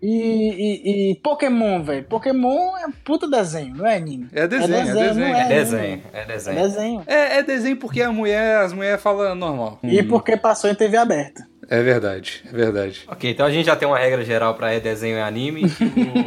C: E, e- e Pokémon, velho. Pokémon é puta desenho, não é anime.
A: É desenho, é desenho.
C: não
D: É
C: é,
D: desenho, é
C: É
D: desenho.
C: desenho.
A: É, é desenho porque a mulher, as mulheres falam normal.
D: Hum.
A: Hum,
C: E porque passou em TV aberta.
A: É verdade, é verdade.
D: Ok, então a gente já tem uma regra geral pra é desenho e anime que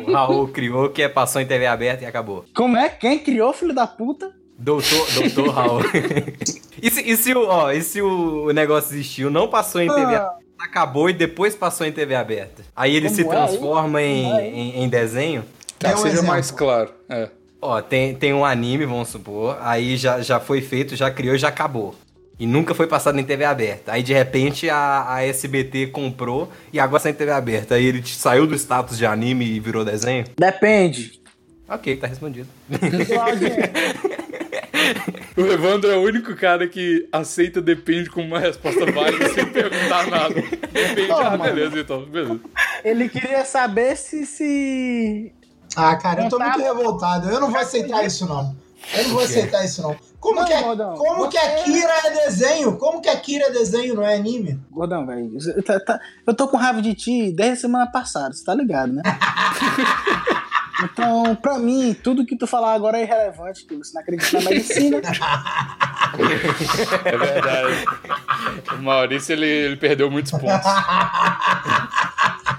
D: o Raul criou, que é passou em TV aberta e acabou.
C: Como é? Quem criou, filho da puta?
D: Doutor, doutor Raul. e, se, e se o, ó, e se o negócio existiu, não passou em TV
C: Ah.
D: aberta, acabou e depois passou em TV aberta. Aí ele
C: Como
D: se
C: é,
D: transforma em,
C: Como é, hein?
D: em, em desenho.
A: Tá,
B: Dê um
A: seja
B: exemplo.
A: mais claro. É.
D: Ó, tem, tem um anime, vamos supor, aí já, já foi feito, já criou e já acabou. E nunca foi passado em TV aberta. Aí de repente a, a SBT comprou e agora sai em TV aberta. Aí ele te- saiu do status de anime e virou desenho?
C: Depende.
D: Ok, tá respondido.
C: Sua audiência.
A: O Evandro é o único cara que aceita depende com uma resposta válida sem perguntar nada. Depende,
C: Toma.
A: ah, beleza, então, beleza.
C: Ele queria saber se, se
B: Ah, cara, eu tô muito
C: Contava.
B: revoltado. Eu não vou aceitar isso, não. Eu não vou aceitar isso, não. Como,
C: Não,
B: que, a,
C: Rodão,
B: como que
C: você-
B: a Kira é desenho? Como que a Kira é desenho, não é anime?
C: Gordão, velho, eu, tá- tá- eu tô com raiva de ti desde a semana passada, você tá ligado, né? Então, pra mim, tudo que tu falar agora é irrelevante, que você não acredita na medicina.
A: É verdade. Maurício, ele, ele perdeu muitos pontos.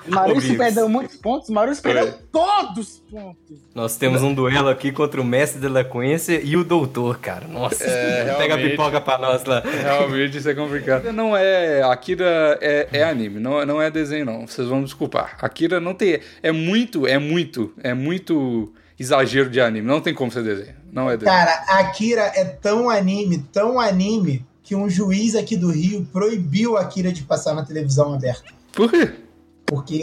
C: Maurício
D: Bigos.
C: perdeu muitos pontos. Maurício
A: Foi.
C: perdeu todos os pontos.
D: Nós temos um duelo aqui contra o mestre da eloquência e o doutor, cara. Nossa,
A: É,
D: pega a
A: realmente.
D: pipoca pra nós lá.
A: Realmente isso é complicado. Não é. Akira é, é anime, não, não é desenho, não. Vocês vão me desculpar. Akira não tem. É muito, é muito, é muito exagero de anime. Não tem como ser desenho. Não é desenho.
B: Cara, Akira é tão anime, tão anime, que um juiz aqui do Rio proibiu Akira de passar na televisão aberta.
A: Por quê?
B: Porque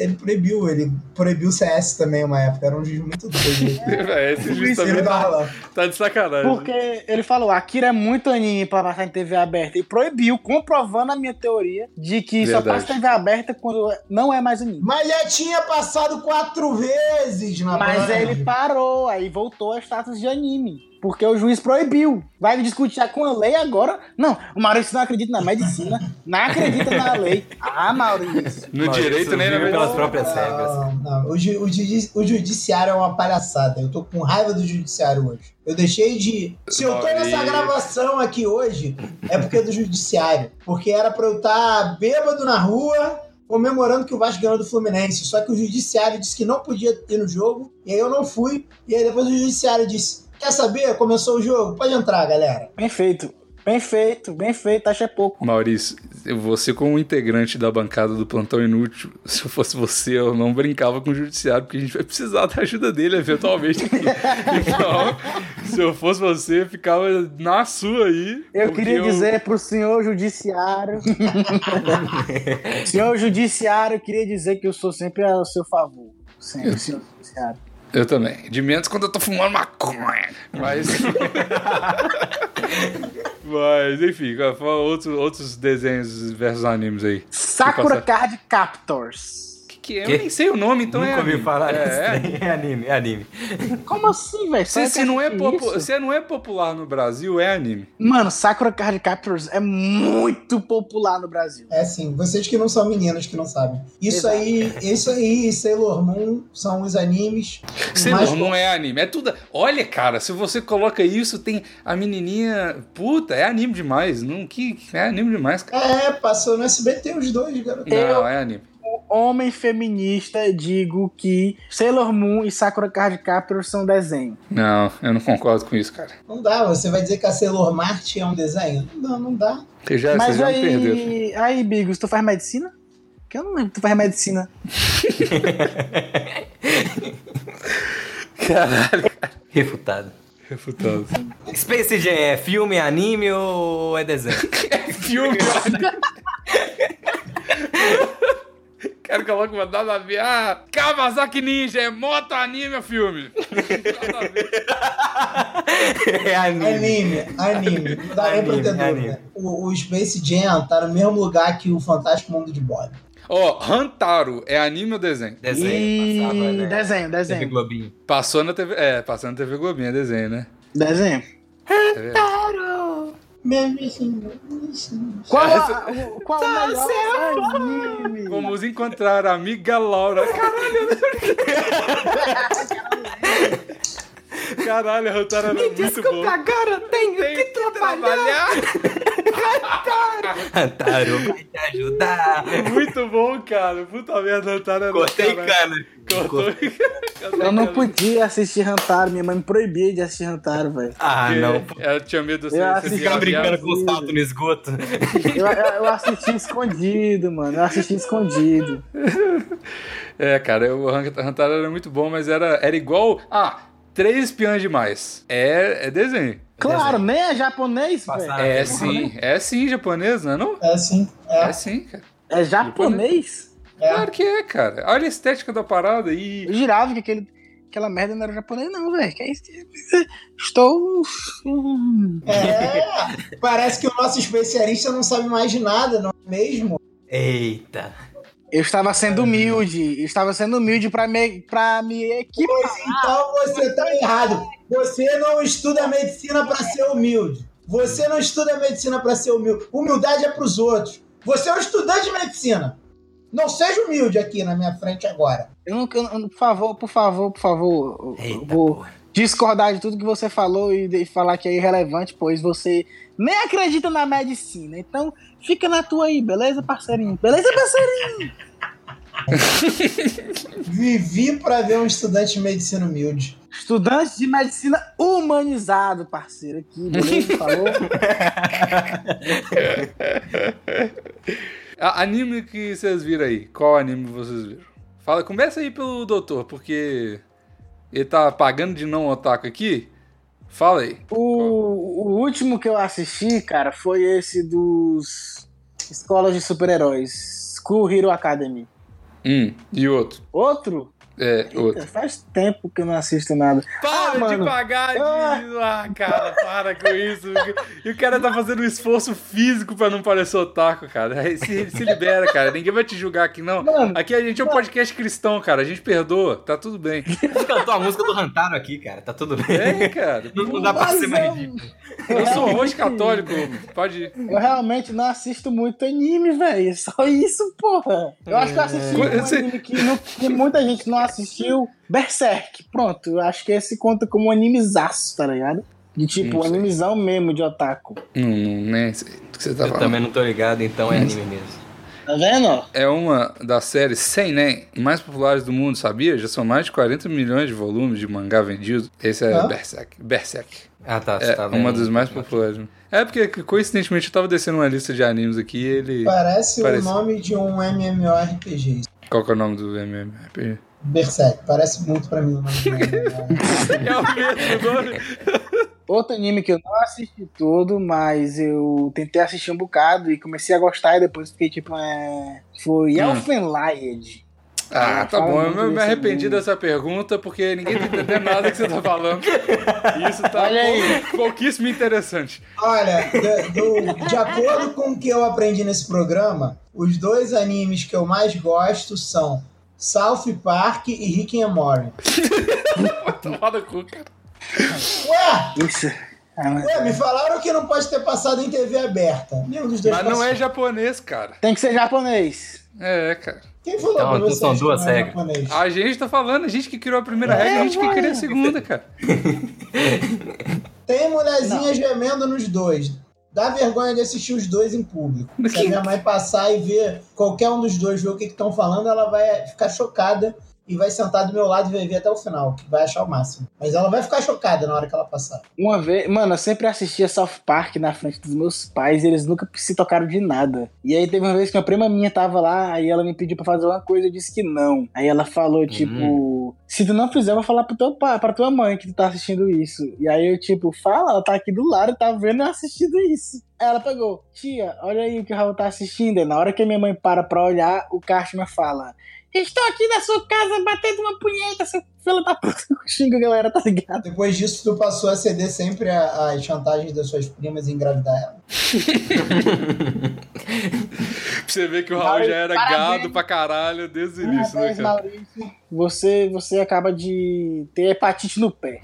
B: ele proibiu, ele proibiu o CS também uma época. Era um juiz muito doido.
A: É, esse juiz
B: Ele
A: também tá,
B: tava lá.
A: tá de sacanagem.
C: Porque ele falou, Akira é muito anime pra passar em TV aberta. E proibiu, comprovando a minha teoria de que só
A: Verdade.
C: passa em TV aberta quando não é mais anime.
B: Mas já tinha passado quatro vezes na
C: Mas
B: Band.
C: ele parou, aí voltou a status de anime. Porque o juiz proibiu. Vai discutir com a lei agora? Não, o Maurício não acredita na medicina, não acredita na lei. Ah, Maurício.
A: No
D: Maurício
A: direito nem na
D: vive pelas
A: verdade.
D: próprias regras.
B: Não, não. O, ju- o judi- o judiciário é uma palhaçada. Eu tô com raiva do judiciário hoje. Eu deixei de. Se eu tô nessa
A: Maurício.
B: gravação aqui hoje, é porque é do judiciário. Porque era pra eu estar bêbado na rua, comemorando que o Vasco ganhou do Fluminense. Só que o judiciário disse que não podia ir no jogo, e aí eu não fui. E aí depois o judiciário disse: Quer saber? Começou o jogo, pode entrar, galera.
C: Bem feito, bem feito, bem feito, achei pouco.
A: Maurício, você como um integrante da bancada do Plantão Inútil, se eu fosse você, eu não brincava com o judiciário, porque a gente vai precisar da ajuda dele eventualmente. aqui. Então, se eu fosse você, eu ficava na sua aí.
C: Eu
A: porque
C: queria dizer pro senhor judiciário. senhor judiciário, eu queria dizer que eu sou sempre ao seu favor. Sempre, senhor judiciário.
A: Eu também. De menos quando eu tô fumando maconha. Mas. Mas, enfim, qual- qual outro, outros desenhos versus animes aí.
C: Sakura
A: Que
C: Card Captors.
A: O que, que é?
D: Quê?
A: Eu nem sei o nome, então é.
D: Nunca ouvi
A: anime.
D: falar
A: É,
D: disso.
A: é
D: né? É anime, é anime.
C: Como assim, velho?
A: Se, se não é popu-
C: popular.
A: se não é popular no Brasil, é anime.
C: Mano, Sakura Card Captors é muito popular no Brasil.
B: É assim, vocês que não são meninos que não sabem. Isso
C: Exato.
B: aí, isso aí, e Sailor Moon são os animes. mais
A: Sailor Moon é anime. É tudo. Olha, cara, se você coloca isso, tem a menininha. Puta, é anime demais. Não, que, que- é anime demais, cara.
B: É, passou no SBT os dois, garoto.
A: Não, é anime.
C: Como homem feminista, digo que Sailor Moon e Sakura Card Captors são desenho.
A: Não, eu não concordo com isso, cara.
B: Não dá, você vai dizer que a Sailor Marte é um desenho? Não, não dá.
A: Você já, você
C: Mas
A: já me perdeu. né?
C: aí, aí, Bigos, tu faz medicina? Que eu não lembro que tu faz medicina.
D: Refutado.
A: Refutado.
D: Space Jam é filme, anime ou é desenho?
A: Filme, Quero que eu logo mandar na ver. Ah, Kawasaki Ninja é moto, anime ou filme?
D: é anime.
B: Anime, anime. Não dá nem pra
D: Anime,
B: ter
D: anime.
B: dúvida. O, o Space Jam tá no mesmo lugar que o Fantástico Mundo de Bob.
A: Ó, Hantaro é anime ou desenho?
D: Desenho. passava,
C: e...
D: né?
C: Desenho,
D: TV
C: desenho.
D: Globinho.
A: Passou na TV. É, passou na TV Globinho, é desenho, né?
C: Desenho.
A: É verdade.
B: assim, é
C: Qual,
A: É
C: a- o- qual
A: Tá,
C: o melhor anime?
A: Vamos encontrar a amiga Laura. Caralho, eu não... Caralho, a Hantaro era muito bom.
D: agora eu tenho
A: Tem que trabalhar.
D: Antaro vai te ajudar.
A: Muito bom, cara. Puta merda, Hantaro era do
D: Cortei
A: caralho.
D: cana.
A: Cortou.
C: Eu não podia assistir Hantaro, minha mãe me proibia de assistir Hantaro, velho.
D: Ah, não.
A: Ela É, tinha medo de
C: Eu
A: você
D: É,
C: assisti-
D: assim, Ficar brincando com os
C: Maravilha.
D: saltos no esgoto.
C: Eu, eu- eu assisti escondido, mano. Eu assisti escondido.
A: É, cara, o Hantaro era muito bom, mas era, era igual. Ah, três espiãs demais. É, é desenho.
C: Claro, nem é japonês,
D: Passaram.
C: velho.
D: Ah,
A: é
D: é
A: sim, é sim, japonês, não é não?
B: É assim,
A: É
B: é.
A: sim, cara.
C: É japonês?
B: É.
A: Claro que é, cara. Olha a estética da parada e.
C: Eu girava que aquele, aquela merda não era japonês, não, velho. Que é isso? Estou. hum,
B: É, Parece que o nosso especialista não sabe mais de nada, não é mesmo?
D: Eita.
C: Eu estava sendo humilde. Eu estava sendo humilde pra me, pra me equipar.
B: Pois então você tá errado. Você não estuda medicina pra ser humilde. Você não estuda medicina pra ser humilde. Humildade é pros outros. Você é um estudante de medicina. Não seja humilde aqui na minha frente agora.
C: Eu não, eu não- por favor, por favor, por favor. eu- eu
D: Eita,
C: vou-
D: porra.
C: discordar de tudo que você falou e, de- falar que é irrelevante, pois você nem acredita na medicina. Então, fica na tua aí, beleza, parceirinho? Beleza, parceirinho?
B: Vivi pra ver um estudante de medicina humilde.
C: Estudante de medicina humanizado, parceiro. Aqui, beleza? Falou?
A: A- anime que vocês viram aí? Qual anime vocês viram? Fala, começa aí pelo doutor, porque ele tá pagando de não otaku aqui. Fala aí.
C: O, o último que eu assisti, cara, foi esse dos Escolas de Super-Heróis. School Hero Academy.
A: Hum, e outro?
C: Outro?
A: É, outro.
C: Eita, faz tempo que eu não assisto nada.
A: Para
C: Ah,
A: de
C: mano.
A: pagar de... Ah, cara, para com isso. E o cara tá fazendo um esforço físico pra não parecer otaku, cara. Aí Se, se libera, cara. Ninguém vai te julgar aqui, não.
C: Mano,
A: Aqui a gente é um podcast cristão, cara. A gente perdoa, tá tudo bem.
D: Você cantou a música do Rantaro aqui, cara. Tá tudo bem.
A: É, cara.
D: Não, não dá pra
C: Mas
D: ser mais
C: eu-
D: ridículo.
A: Eu sou um hoje católico, pode ir.
C: Eu realmente não assisto muito anime, velho. É Só isso, porra. Eu acho que eu assisti
A: É.
C: um anime que, não- que muita gente não assistiu. Berserk. Pronto, eu acho que esse conta como um animezaço, tá ligado? De tipo,
A: Não
C: um
A: sei.
C: animizão mesmo de otaku.
A: Não, não nem sei do que você tá
D: Eu
A: falando.
D: também não tô ligado, então é anime mesmo.
C: Tá vendo?
A: É uma das séries sem nem mais populares do mundo, sabia? Já são mais de 40 milhões de volumes de mangá vendidos. Esse é
B: Hã?
A: Berserk. Berserk.
D: Ah, tá.
A: É
D: Você tá vendo.
A: uma das mais populares. É porque, coincidentemente, eu tava descendo uma lista de animes aqui e ele...
B: Parece,
A: Parece.
B: o nome de um MMORPG.
A: Qual que é o nome do MMORPG?
B: Berserk. Parece muito pra mim o nome de um MMORPG.
A: É o mesmo nome?
C: Outro anime que eu não assisti todo, mas eu tentei assistir um bocado e comecei a gostar e depois fiquei tipo, é... Foi
A: Hum.
C: Elfenlied.
A: Ah, tá
C: Fala
A: bom.
C: muito
A: Eu me
C: desse
A: arrependi
C: anime.
A: dessa pergunta porque ninguém tá entendendo nada que você tá falando. E isso tá
C: Olha aí.
A: pou- pouquíssimo interessante.
B: Olha, de, do- de acordo com o que eu aprendi nesse programa, os dois animes que eu mais gosto são South Park e Rick and Morty.
A: Tomada cu, cara.
B: Ué,
C: Isso. Ah, mas-
B: ué, me falaram que não pode ter passado em TV aberta. Nenhum dos dois
A: Mas não
B: passou.
A: é japonês, cara.
C: Tem que ser japonês.
A: É, cara.
B: Quem falou
D: Então,
B: pra vocês
D: são duas
B: que não é
D: regras.
B: japonês?
A: A gente tá falando, a gente que criou a primeira
C: É,
A: regra, a gente que
C: mano.
A: cria a segunda, cara.
B: Tem mulherzinha gemendo nos dois. Dá vergonha de assistir os dois em público. Se a minha mãe passar e ver qualquer um dos dois ver o que estão falando, ela vai ficar chocada e vai sentar do meu lado e vai ver até o final, que vai achar o máximo. Mas ela vai ficar chocada na hora que ela passar.
C: Uma vez, mano, eu sempre assistia South Park na frente dos meus pais e eles nunca se tocaram de nada. E aí teve uma vez que uma prima minha tava lá, aí ela me pediu pra fazer uma coisa, eu disse que não. Aí ela falou, tipo, se tu não fizer, eu vou falar pro teu pai, pra tua mãe que tu tá assistindo isso. E aí eu, tipo, fala, ela tá aqui do lado, tá vendo eu assistindo isso. Aí ela pegou, tia, olha aí o que o Raul tá assistindo. E na hora que a minha mãe para pra olhar, o Cartman fala. Estou aqui na sua casa batendo uma punheta, seu filho da puta. Xinga a galera, tá ligado?
B: Depois disso, tu passou a ceder sempre a- às chantagens das suas primas e engravidar ela.
A: Pra você ver que o Raul já era gado pra caralho desde o início, né,
C: Parabéns,
A: cara?
C: Maurício. Você, você acaba de ter hepatite no pé.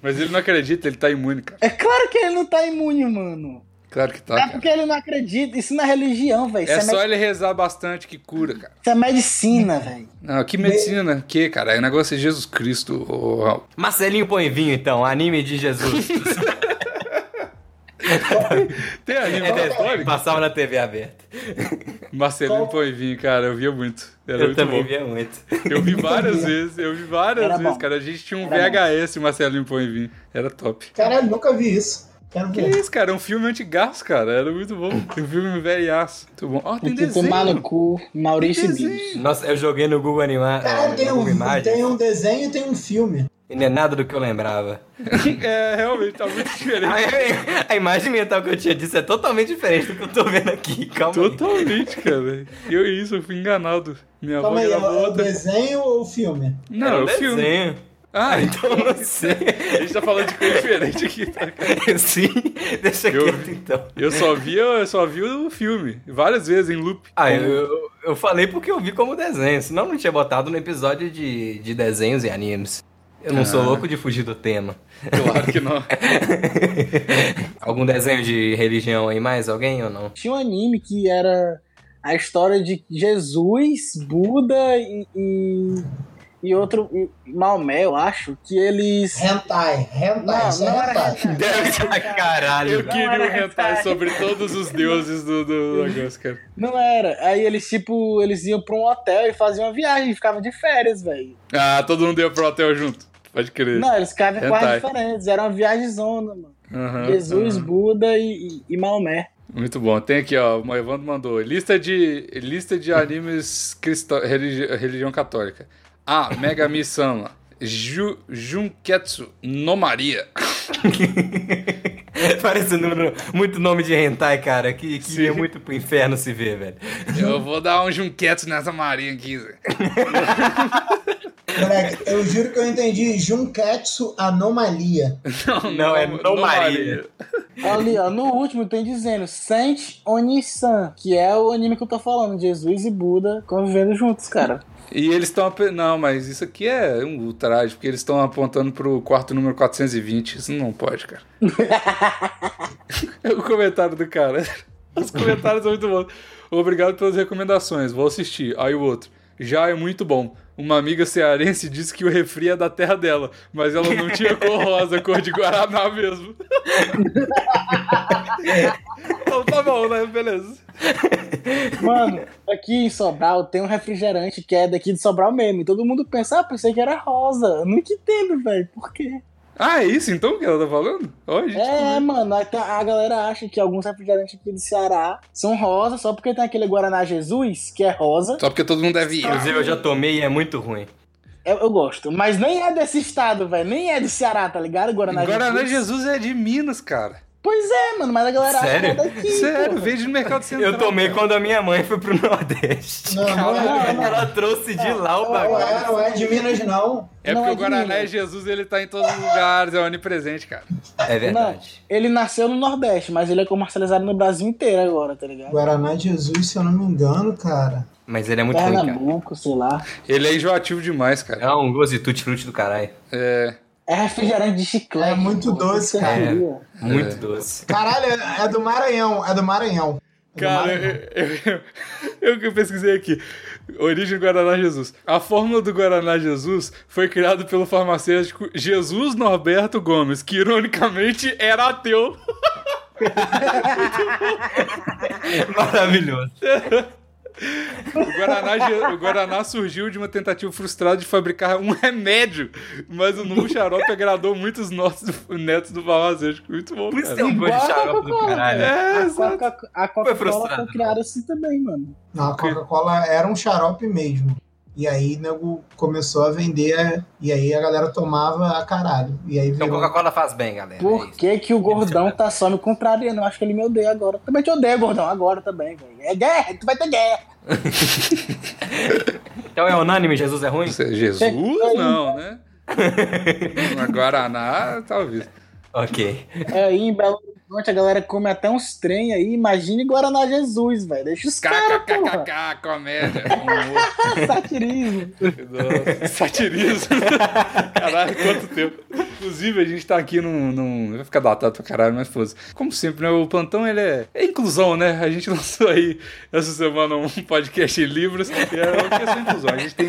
A: Mas ele não acredita, ele tá imune, cara.
C: É claro que ele não tá imune, mano.
A: Claro que tá,
C: é
A: cara.
C: porque ele não acredita. Isso não é religião, velho. Isso
A: É
C: é,
A: só
C: medi-
A: ele rezar bastante que cura, cara.
C: isso é medicina, velho.
A: Não, que medicina? Que, cara? O negócio é Jesus Cristo, ô, Raul.
D: Marcelinho põe vinho, então. Anime de Jesus.
A: Tem anime
D: É verdade,
A: católico?
D: passava na TV aberta.
A: Marcelinho
B: Qual-
A: Põe Vinho, cara, eu via muito. Era
D: Eu
A: muito
D: também
A: bom.
D: via muito.
A: Eu vi várias
B: Era
A: vezes, eu vi várias
C: bom.
A: vezes, cara. A gente tinha um
C: Era bom.
A: VHS Marcelinho Põe Vinho. Era top.
B: Caralho, nunca vi isso. Quero
A: Que
B: ver.
A: isso, cara? É um filme antigaço, cara. Era muito bom. Um filme velhaço. Muito bom. Ó, tem
C: Tem que tomar no
A: desenho.
C: cu, Maurício
A: Tem
C: e
A: desenho.
C: Bibi.
D: Nossa, eu joguei no Google Anima...
B: Caralho,
D: no
B: tem
D: Google
B: um,
D: Imagens,
B: tem um desenho e tem um filme.
D: e não é nada do que eu lembrava.
A: É, realmente, tá muito
D: A,
A: diferente.
D: a imagem mental que eu tinha disso é totalmente diferente do que eu tô vendo aqui. Calma aí.
A: Totalmente, cara. Eu isso, eu fui enganado. Minha avó
B: Calma aí, é
A: gravou
B: o
A: outra.
B: desenho ou o filme?
A: Não,
D: Era
A: é
D: um
A: o filme.
D: desenho.
A: Ah, então
D: Então não sei.
A: a gente tá falando de coisa diferente aqui, tá?
D: Sim, deixa
A: Eu-
D: quieto então.
A: Eu só vi, eu só vi o filme. Várias vezes em loop.
D: Ah, eu, eu- eu falei porque eu vi como desenho, senão eu não tinha botado no episódio de, de desenhos e animes. Eu não
A: Ah.
D: sou louco de fugir do tema.
A: Claro que não.
D: Algum desenho de religião aí mais? Alguém ou não?
C: Tinha um anime que era a história de Jesus, Buda e, e e outro, e- Maomé, eu acho, que eles.
B: Hentai, hentai,
C: Não,
B: isso
C: não
B: é
C: era
B: hentai.
C: hentai.
D: Deve ser
A: Eu
D: caralho.
A: queria
C: era
A: um hentai
C: hentai.
A: sobre todos os deuses do, do negócio, cara.
C: Não era. Aí eles, tipo, eles iam pra um hotel e faziam uma viagem, ficavam de férias, velho.
A: Ah, todo mundo ia pro hotel junto. Pode crer.
C: Não, eles ficavam em
A: Hentai.
C: quartos diferentes, era uma viagem zona, mano.
A: Aham,
C: Jesus,
A: aham.
C: Buda e, e, e Maomé.
A: Muito bom. Tem aqui, ó. O Evandro mandou. Lista de, lista de animes cristã, religi- religião católica. A. Megami Sama. Ju, Junketsu no Maria.
D: Parecendo um muito nome de hentai, cara. Que, que
A: Sim.
D: é muito pro inferno se ver, velho.
A: Eu vou dar um Junketsu nessa Maria aqui, Zé.
B: Moleque, eu juro que eu entendi Junketsu Anomalia.
A: Não,
D: Não, é no Maria.
C: Ali, ó, no último tem dizendo Saint Onisan, que é o anime que eu tô falando, Jesus e Buda convivendo juntos, cara.
A: E eles estão. ape- Não, mas isso aqui é um ultraje, porque eles estão apontando pro quarto número 420. Isso não pode, cara. é o comentário do cara. Os comentários são muito bons. Obrigado pelas recomendações, vou assistir. Aí o outro. Já é muito bom. Uma amiga cearense disse que o refri é da terra dela, mas ela não tinha cor rosa, cor de Guaraná mesmo. então tá bom, né? Beleza.
C: Mano, aqui em Sobral tem um refrigerante que é daqui de Sobral mesmo. E todo mundo pensa, ah, pensei que era rosa. Eu nunca entendo, velho. Por quê?
A: Ah, é isso então que ela tá falando? Ó, gente.
C: É, mano, aí tá- a galera acha que alguns refrigerantes aqui do Ceará são rosa só porque tem aquele Guaraná Jesus, que é rosa.
A: Só porque todo mundo é viado.
D: Inclusive, eu já tomei e é muito ruim.
C: Eu, eu gosto. Mas nem é desse estado, velho. Nem é do Ceará, tá ligado? Guaraná,
A: Guaraná
C: Jesus.
A: Jesus é de Minas, cara.
C: Pois é, mano, mas a galera
D: Sério?
C: acha que é daqui.
A: Sério,
C: porra.
A: veio no mercado central. né?
D: Eu tomei
A: cara.
D: quando a minha mãe foi pro Nordeste.
B: um Não, não é, não,
D: Ela trouxe de lá o
B: não é,
D: bagulho.
B: não é de Minas, não.
A: É
C: Não,
A: porque
C: é
A: o
C: de
A: Guaraná
C: Minas.
A: é Jesus, ele tá em todos os lugares, é onipresente, cara.
D: É verdade.
C: Ele nasceu no Nordeste, mas ele é comercializado no Brasil inteiro agora, tá ligado?
B: Guaraná Jesus, se eu não me engano, cara.
D: Mas ele é muito ruim, cara.
C: Pernambuco, sei lá.
A: Ele é enjoativo demais, cara.
D: É um gosto de tutti-frutti do caralho.
A: É.
C: É refrigerante de chiclete.
B: É muito
C: porra,
B: doce,
C: que
B: cara.
C: queria.
D: Muito doce.
B: Caralho, é é do Maranhão, é do Maranhão. É do
A: Cara,
B: Maranhão.
A: eu, eu, eu que pesquisei aqui. Origem do Guaraná Jesus. A fórmula do Guaraná Jesus foi criada pelo farmacêutico Jesus Norberto Gomes, que ironicamente era ateu.
D: É Maravilhoso.
A: O Guaraná, Je- o Guaraná surgiu de uma tentativa frustrada de fabricar um remédio, mas o novo xarope agradou muitos nossos netos do farmacêutico. Muito bom,
D: Por isso
A: cara.
D: tem um gosto de
C: Igual a
D: xarope do
C: Coca-Cola,
D: caralho.
C: velho.
A: É,
C: A
A: exato.
C: Coca- a
D: frustrado, né?
C: Coca-Cola foi
D: cara.
C: criada assim também, mano.
B: Não, a Coca-Cola era um xarope mesmo. E aí, nego começou a vender, e aí a galera tomava a caralho. E aí
D: Então
B: virou.
D: Coca-Cola faz bem, galera. É
C: Por
D: isso.
C: que, que o gordão tá só me contrariando? Eu acho que ele me odeia agora. Também te odeio, gordão, agora também, velho. É guerra, tu vai ter guerra.
D: Então é unânime, Jesus é ruim?
A: Isso é Jesus não, né? Mas Guaraná, talvez.
D: Ok.
C: É, Aí em Belo Horizonte a galera come até uns trem aí. Imagine Guaraná Jesus, velho. Deixa os caras, porra.
A: KKKKK, comédia. humor.
C: Satirismo.
A: Nossa, satirismo. Caralho, quanto tempo. Inclusive, a gente tá aqui num. num- Vai ficar datado pra caralho, mas foda Como sempre, né? O plantão ele é... é inclusão, né? A gente lançou aí essa semana um podcast em livros. E é uma questão de inclusão. A gente tem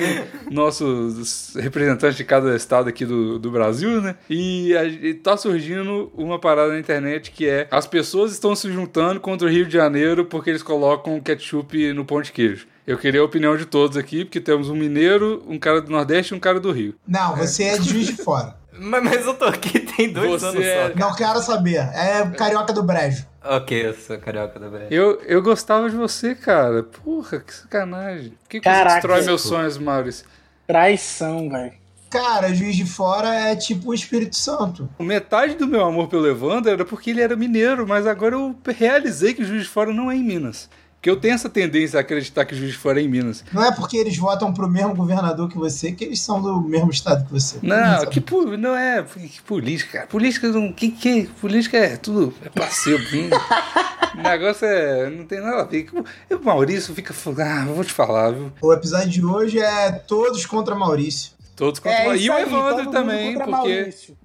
A: nossos representantes de cada estado aqui do, do Brasil, né? E, a- e tá surgindo uma parada na internet que é as pessoas estão se juntando contra o Rio de Janeiro porque eles colocam ketchup no pão de queijo. Eu queria a opinião de todos aqui, porque temos um mineiro, um cara do Nordeste e um cara do Rio.
B: Não, você é de Juiz de Fora.
D: Mas, mas eu tô aqui tem dois
A: Você
D: anos
A: é-
D: só.
B: Não quero saber. É carioca do brejo.
D: Ok, eu sou carioca da Bahia.
A: Eu, eu gostava de você, cara. Porra, que sacanagem. Por que, que você
C: Caraca.
A: destrói meus sonhos, Maurício?
C: Traição, velho.
B: Cara, Juiz de Fora é tipo o Espírito Santo.
A: Metade do meu amor pelo Evandro era porque ele era mineiro, mas agora eu realizei que Juiz de Fora não é em Minas. Que eu tenho essa tendência a acreditar que Juiz de Fora é em Minas.
B: Não é porque eles votam pro mesmo governador que você que eles são do mesmo estado que você.
A: Não,
B: Sabe?
A: que pu- não é que política, cara. Política não, que, que política é tudo é placebo. hum. O negócio é não tem nada a ver. O Maurício fica, fal- ah, vou te falar, viu?
B: O episódio de hoje é todos contra Maurício.
A: Todos contra o
C: É,
A: Maurício.
C: isso
A: E o
C: aí, todo
A: Evandro
C: mundo
A: também,
C: contra
A: porque.
C: Maurício.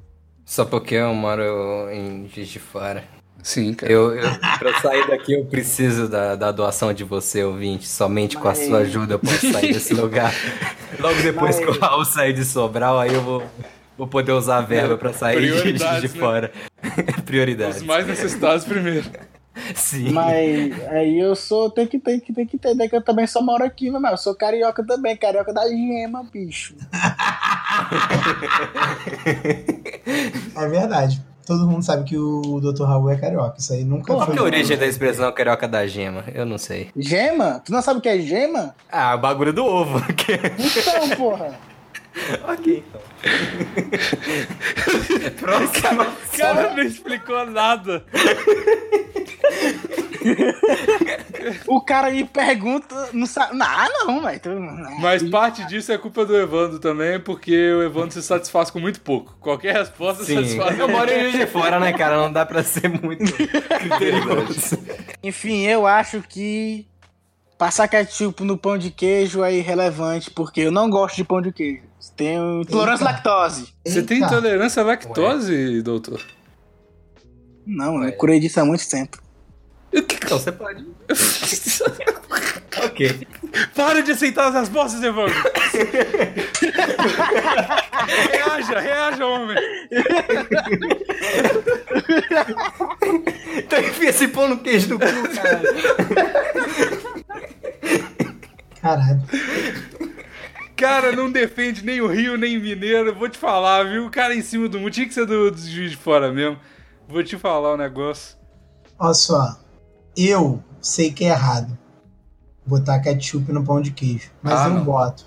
D: Só porque eu moro em Juiz de Fora.
A: Sim, cara.
D: Eu, eu, pra eu sair daqui, eu preciso da, da doação de você, ouvinte. Somente com a
C: Mas-
D: sua ajuda eu posso sair desse lugar. Logo depois que o Raul sair de Sobral, aí eu vou, vou poder usar a verba pra sair de- de,
A: Prioridades, né?
D: fora. Prioridades.
A: Os mais necessitados primeiro.
D: Sim.
C: Mas aí eu sou, tem que ter, que tem que ter, né? Que eu também só moro aqui, meu irmão. Eu sou carioca também, carioca da gema, bicho.
B: É verdade. Todo mundo sabe que o Dr. Raul é carioca. Isso aí nunca
D: Qual
B: foi.
D: que é a origem da expressão carioca da gema? Eu não sei.
C: Gema? Tu não sabe o que é gema?
D: Ah, o bagulho do ovo. que- é
C: Então, porra.
D: ok, então. Próxima.
A: O cara não explicou nada.
C: O cara me pergunta, não sabe. Ah, não, mas tu.
A: Mas parte disso é culpa do Evandro também, porque o Evandro se satisfaz com muito pouco. Qualquer resposta
D: Sim.
A: satisfaz.
D: Eu moro em Juiz de Fora, né, cara? Não dá pra ser muito criterioso.
C: Enfim, eu acho que passar ketchup no pão de queijo é irrelevante, porque eu não gosto de pão de queijo. Tenho intolerância à lactose.
A: Você tem
B: Eita.
A: intolerância à lactose, doutor?
C: Não,
D: Ué.
C: eu curei disso há muito tempo.
D: Então você pode. ok.
A: Para de aceitar as respostas, Evandro! reaja, reaja, homem!
D: Então enfia esse pão no queijo do cu, cara.
B: Caralho.
A: Cara, não defende nem o Rio, nem Mineiro. Eu vou te falar, viu? O cara em cima do mundo tinha que ser do, do juiz de fora mesmo. Vou te falar o negócio.
B: Olha só. Eu sei que é errado botar ketchup no pão de queijo. Mas
A: Ah,
B: eu
A: não.
B: boto.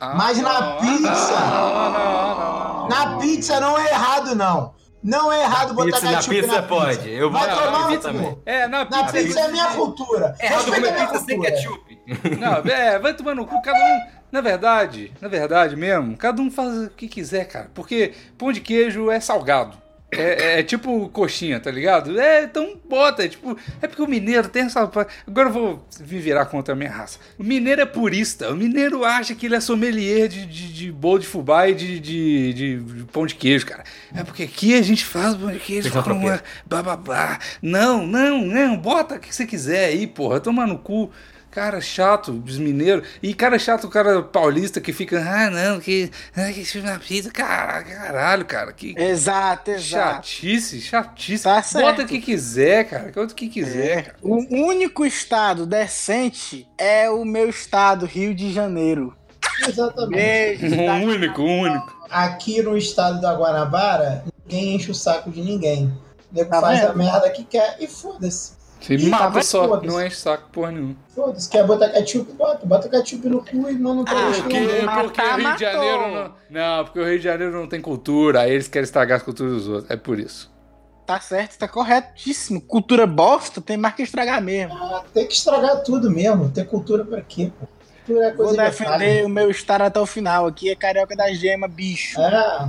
A: Ah,
B: Mas na
A: não, ah,
B: pizza!
A: não, não, não, não.
B: Na pizza não é errado, não. Não é errado botar
D: pizza- na
B: ketchup
D: pizza
B: na pizza.
D: pode. Eu
B: Vai
D: vou-
B: tomar
D: eu
B: no
D: vi também.
B: cu.
A: É, na pizza.
B: Na pizza é minha cultura.
D: É errado
B: Respeita a
D: comer
B: minha
D: pizza sem
B: cultura.
D: ketchup.
A: Não, é, vai tomar no cu, cada um. Na verdade, na verdade mesmo, cada um faz o que quiser, cara. Porque pão de queijo é salgado. É, é tipo coxinha, tá ligado? É, então bota. É, tipo, é porque o mineiro tem essa. Agora eu vou me virar contra a minha raça. O mineiro é purista. O mineiro acha que ele é sommelier de, de, de bolo de fubá e de, de, de- de pão de queijo, cara. É porque aqui a gente faz pão de queijo
D: Feijão
A: com
D: tropeiro.
A: uma- bababá. Não, não, não, bota o que você quiser aí, porra, toma no cu. Cara chato, os mineiros. E cara chato, o cara paulista que fica, ah, não, que. Ah, que filme na pizza. Cara, caralho, cara. Que
C: Exato, exato.
A: chatice, chatice.
C: Tá certo. É.
A: Bota o que quiser, cara. Bota o que quiser, cara.
C: O único estado decente é o meu estado, Rio de Janeiro.
B: Exatamente.
C: Beijo, tá?
A: Um único, um único.
B: Aqui no estado da Guanabara, ninguém enche o saco de ninguém. O nego
C: Tá
B: faz
C: vendo?
B: a merda que quer e foda-se.
A: Você
B: Ih,
A: mata
B: tá
A: só,
B: foda-se.
A: não enche saco porra nenhuma.
B: Foda-se. Quer botar ketchup? Bota. Bota ketchup no cu e não, não
C: Ah,
B: tá enchendo.
A: Porque,
C: Quem matar,
A: porque o Rio de
C: matou.
A: Janeiro não. Não, porque o Rio de Janeiro não tem cultura, aí eles querem estragar as culturas dos outros. É por isso.
C: Tá certo, tá corretíssimo. Cultura bosta tem mais que estragar mesmo.
B: Tem que estragar tudo mesmo. Ter cultura pra quê, pô? Cultura é coisa
C: Vou
B: de
C: defender
B: otário.
C: o meu estado até o final. Aqui é carioca da gema, bicho.
B: É,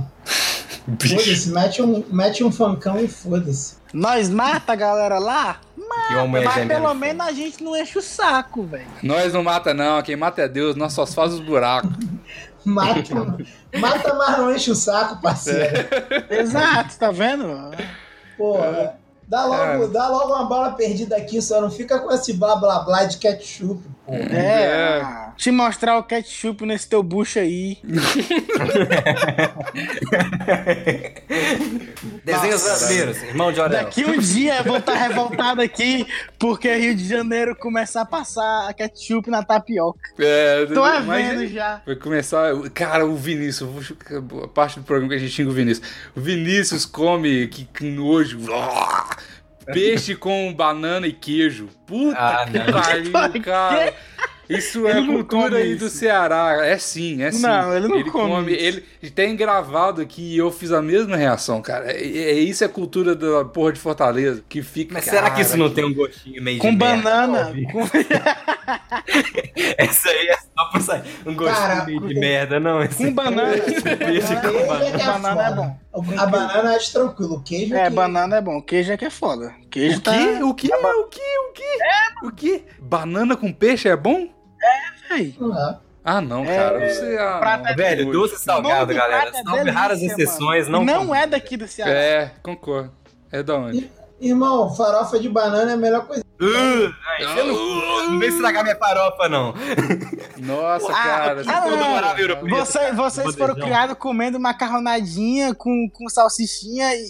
B: foda-se. Mete um, mete um fancão e foda-se.
C: Nós mata a galera lá,
D: Que homem é
C: mas
D: gêmeo.
C: pelo menos a gente não enche o saco, velho.
A: Nós não mata, não. Quem mata é Deus, nós só faz os buracos.
B: Mata, mata mas não enche o saco,
C: É.
B: parceiro.
C: Exato, tá vendo?
B: Pô, dá logo,
A: É.
B: dá logo uma bola perdida aqui, só não fica com esse blá blá blá de ketchup. pô.
C: É.
A: É.
C: ah, Te mostrar o ketchup nesse teu bucho aí.
D: Desenhos brasileiros, irmão de Orel.
C: Daqui um dia eu vou estar revoltado aqui porque Rio de Janeiro começar a passar ketchup na tapioca.
A: É,
C: Tô
A: mas-
C: vendo já.
A: Vai começar. Cara, o Vinícius, vou chutar a parte do programa que a gente tinha com o Vinícius. O Vinícius come que, que nojo. Peixe com banana e queijo. Puta
D: Ah,
A: que
D: não.
A: pariu, cara. Isso é
C: Ele não
A: cultura
C: come
A: aí do
C: isso.
A: Ceará. É sim, é sim.
C: Não, ele não come isso.
A: Ele tem gravado aqui e eu fiz a mesma reação, cara. É, é- isso é cultura da porra de Fortaleza. Que fica.
D: Mas será que
A: Cara,
D: isso não tem um gostinho meio
C: Com
D: de merda?
C: banana. Com...
D: Essa aí é só pra sair. Um gostinho
B: Cara,
D: meio de
B: com-
D: merda, não. Esse
C: Com banana.
D: peixe com
B: Queijo
D: banana.
B: é que é
C: Banana é
B: foda.
C: bom.
B: A banana é tranquilo, o queijo
C: É,
B: que-
C: banana é bom. Queijo é que é foda. Queijo
A: O
C: tá.
A: quê? O quê? O quê? O quê? O quê? Banana com peixe é bom?
C: Véi,
B: Não é.
A: Ah, não,
C: É,
A: cara. Você ah,
C: prata
A: não,
D: Velho,
A: nojo.
D: doce e salgado,
C: é Bom de
D: galera.
C: prata,
D: Salve
C: delícia,
D: raras exceções,
C: Não,
D: não.
C: é daqui do Ceará.
A: É, concordo. É da onde?
B: Irmão, farofa de banana é a melhor coisa.
D: Uh, ai,
A: é
D: você não, não vem estragar minha faropa, não.
C: É
A: Nossa,
C: Ah,
A: cara.
C: ah,
A: você-
C: não.
D: morava europeu.
C: Você- vocês foram
D: Bandejão.
C: criados comendo macarronadinha com, com salsichinha e,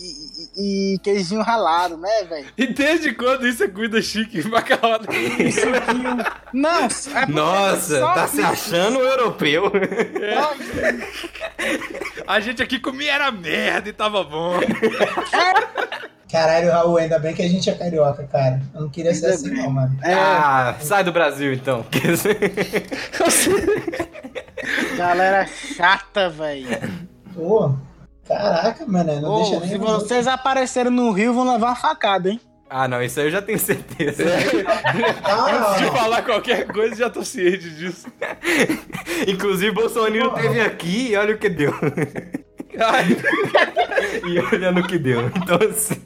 C: e- e queijinho ralado, né, velho?
A: E desde quando isso é cuida chique? Macarrão.
C: Isso aqui. Não, é porque
D: Nossa,
C: só
D: tá se achando europeu.
A: A gente aqui comia era merda e tava bom.
B: Caralho, Raul, ainda bem que a gente é carioca, cara. Eu não queria ser
C: Ainda
B: assim,
C: bem.
B: não, mano.
C: É,
D: Ah, sai do Brasil então.
C: galera chata, velho.
B: Pô, caraca, mano, não
C: Ô,
B: deixa nem.
C: se vocês aparecerem no Rio, vão levar uma facada, hein?
D: ah, não, isso aí eu já tenho certeza.
C: é
B: Ah,
C: assim,
A: Antes de falar qualquer coisa, já tô ciente disso.
D: Inclusive, Bolsonaro teve aqui e olha o que deu. e olha no que deu. Então, assim.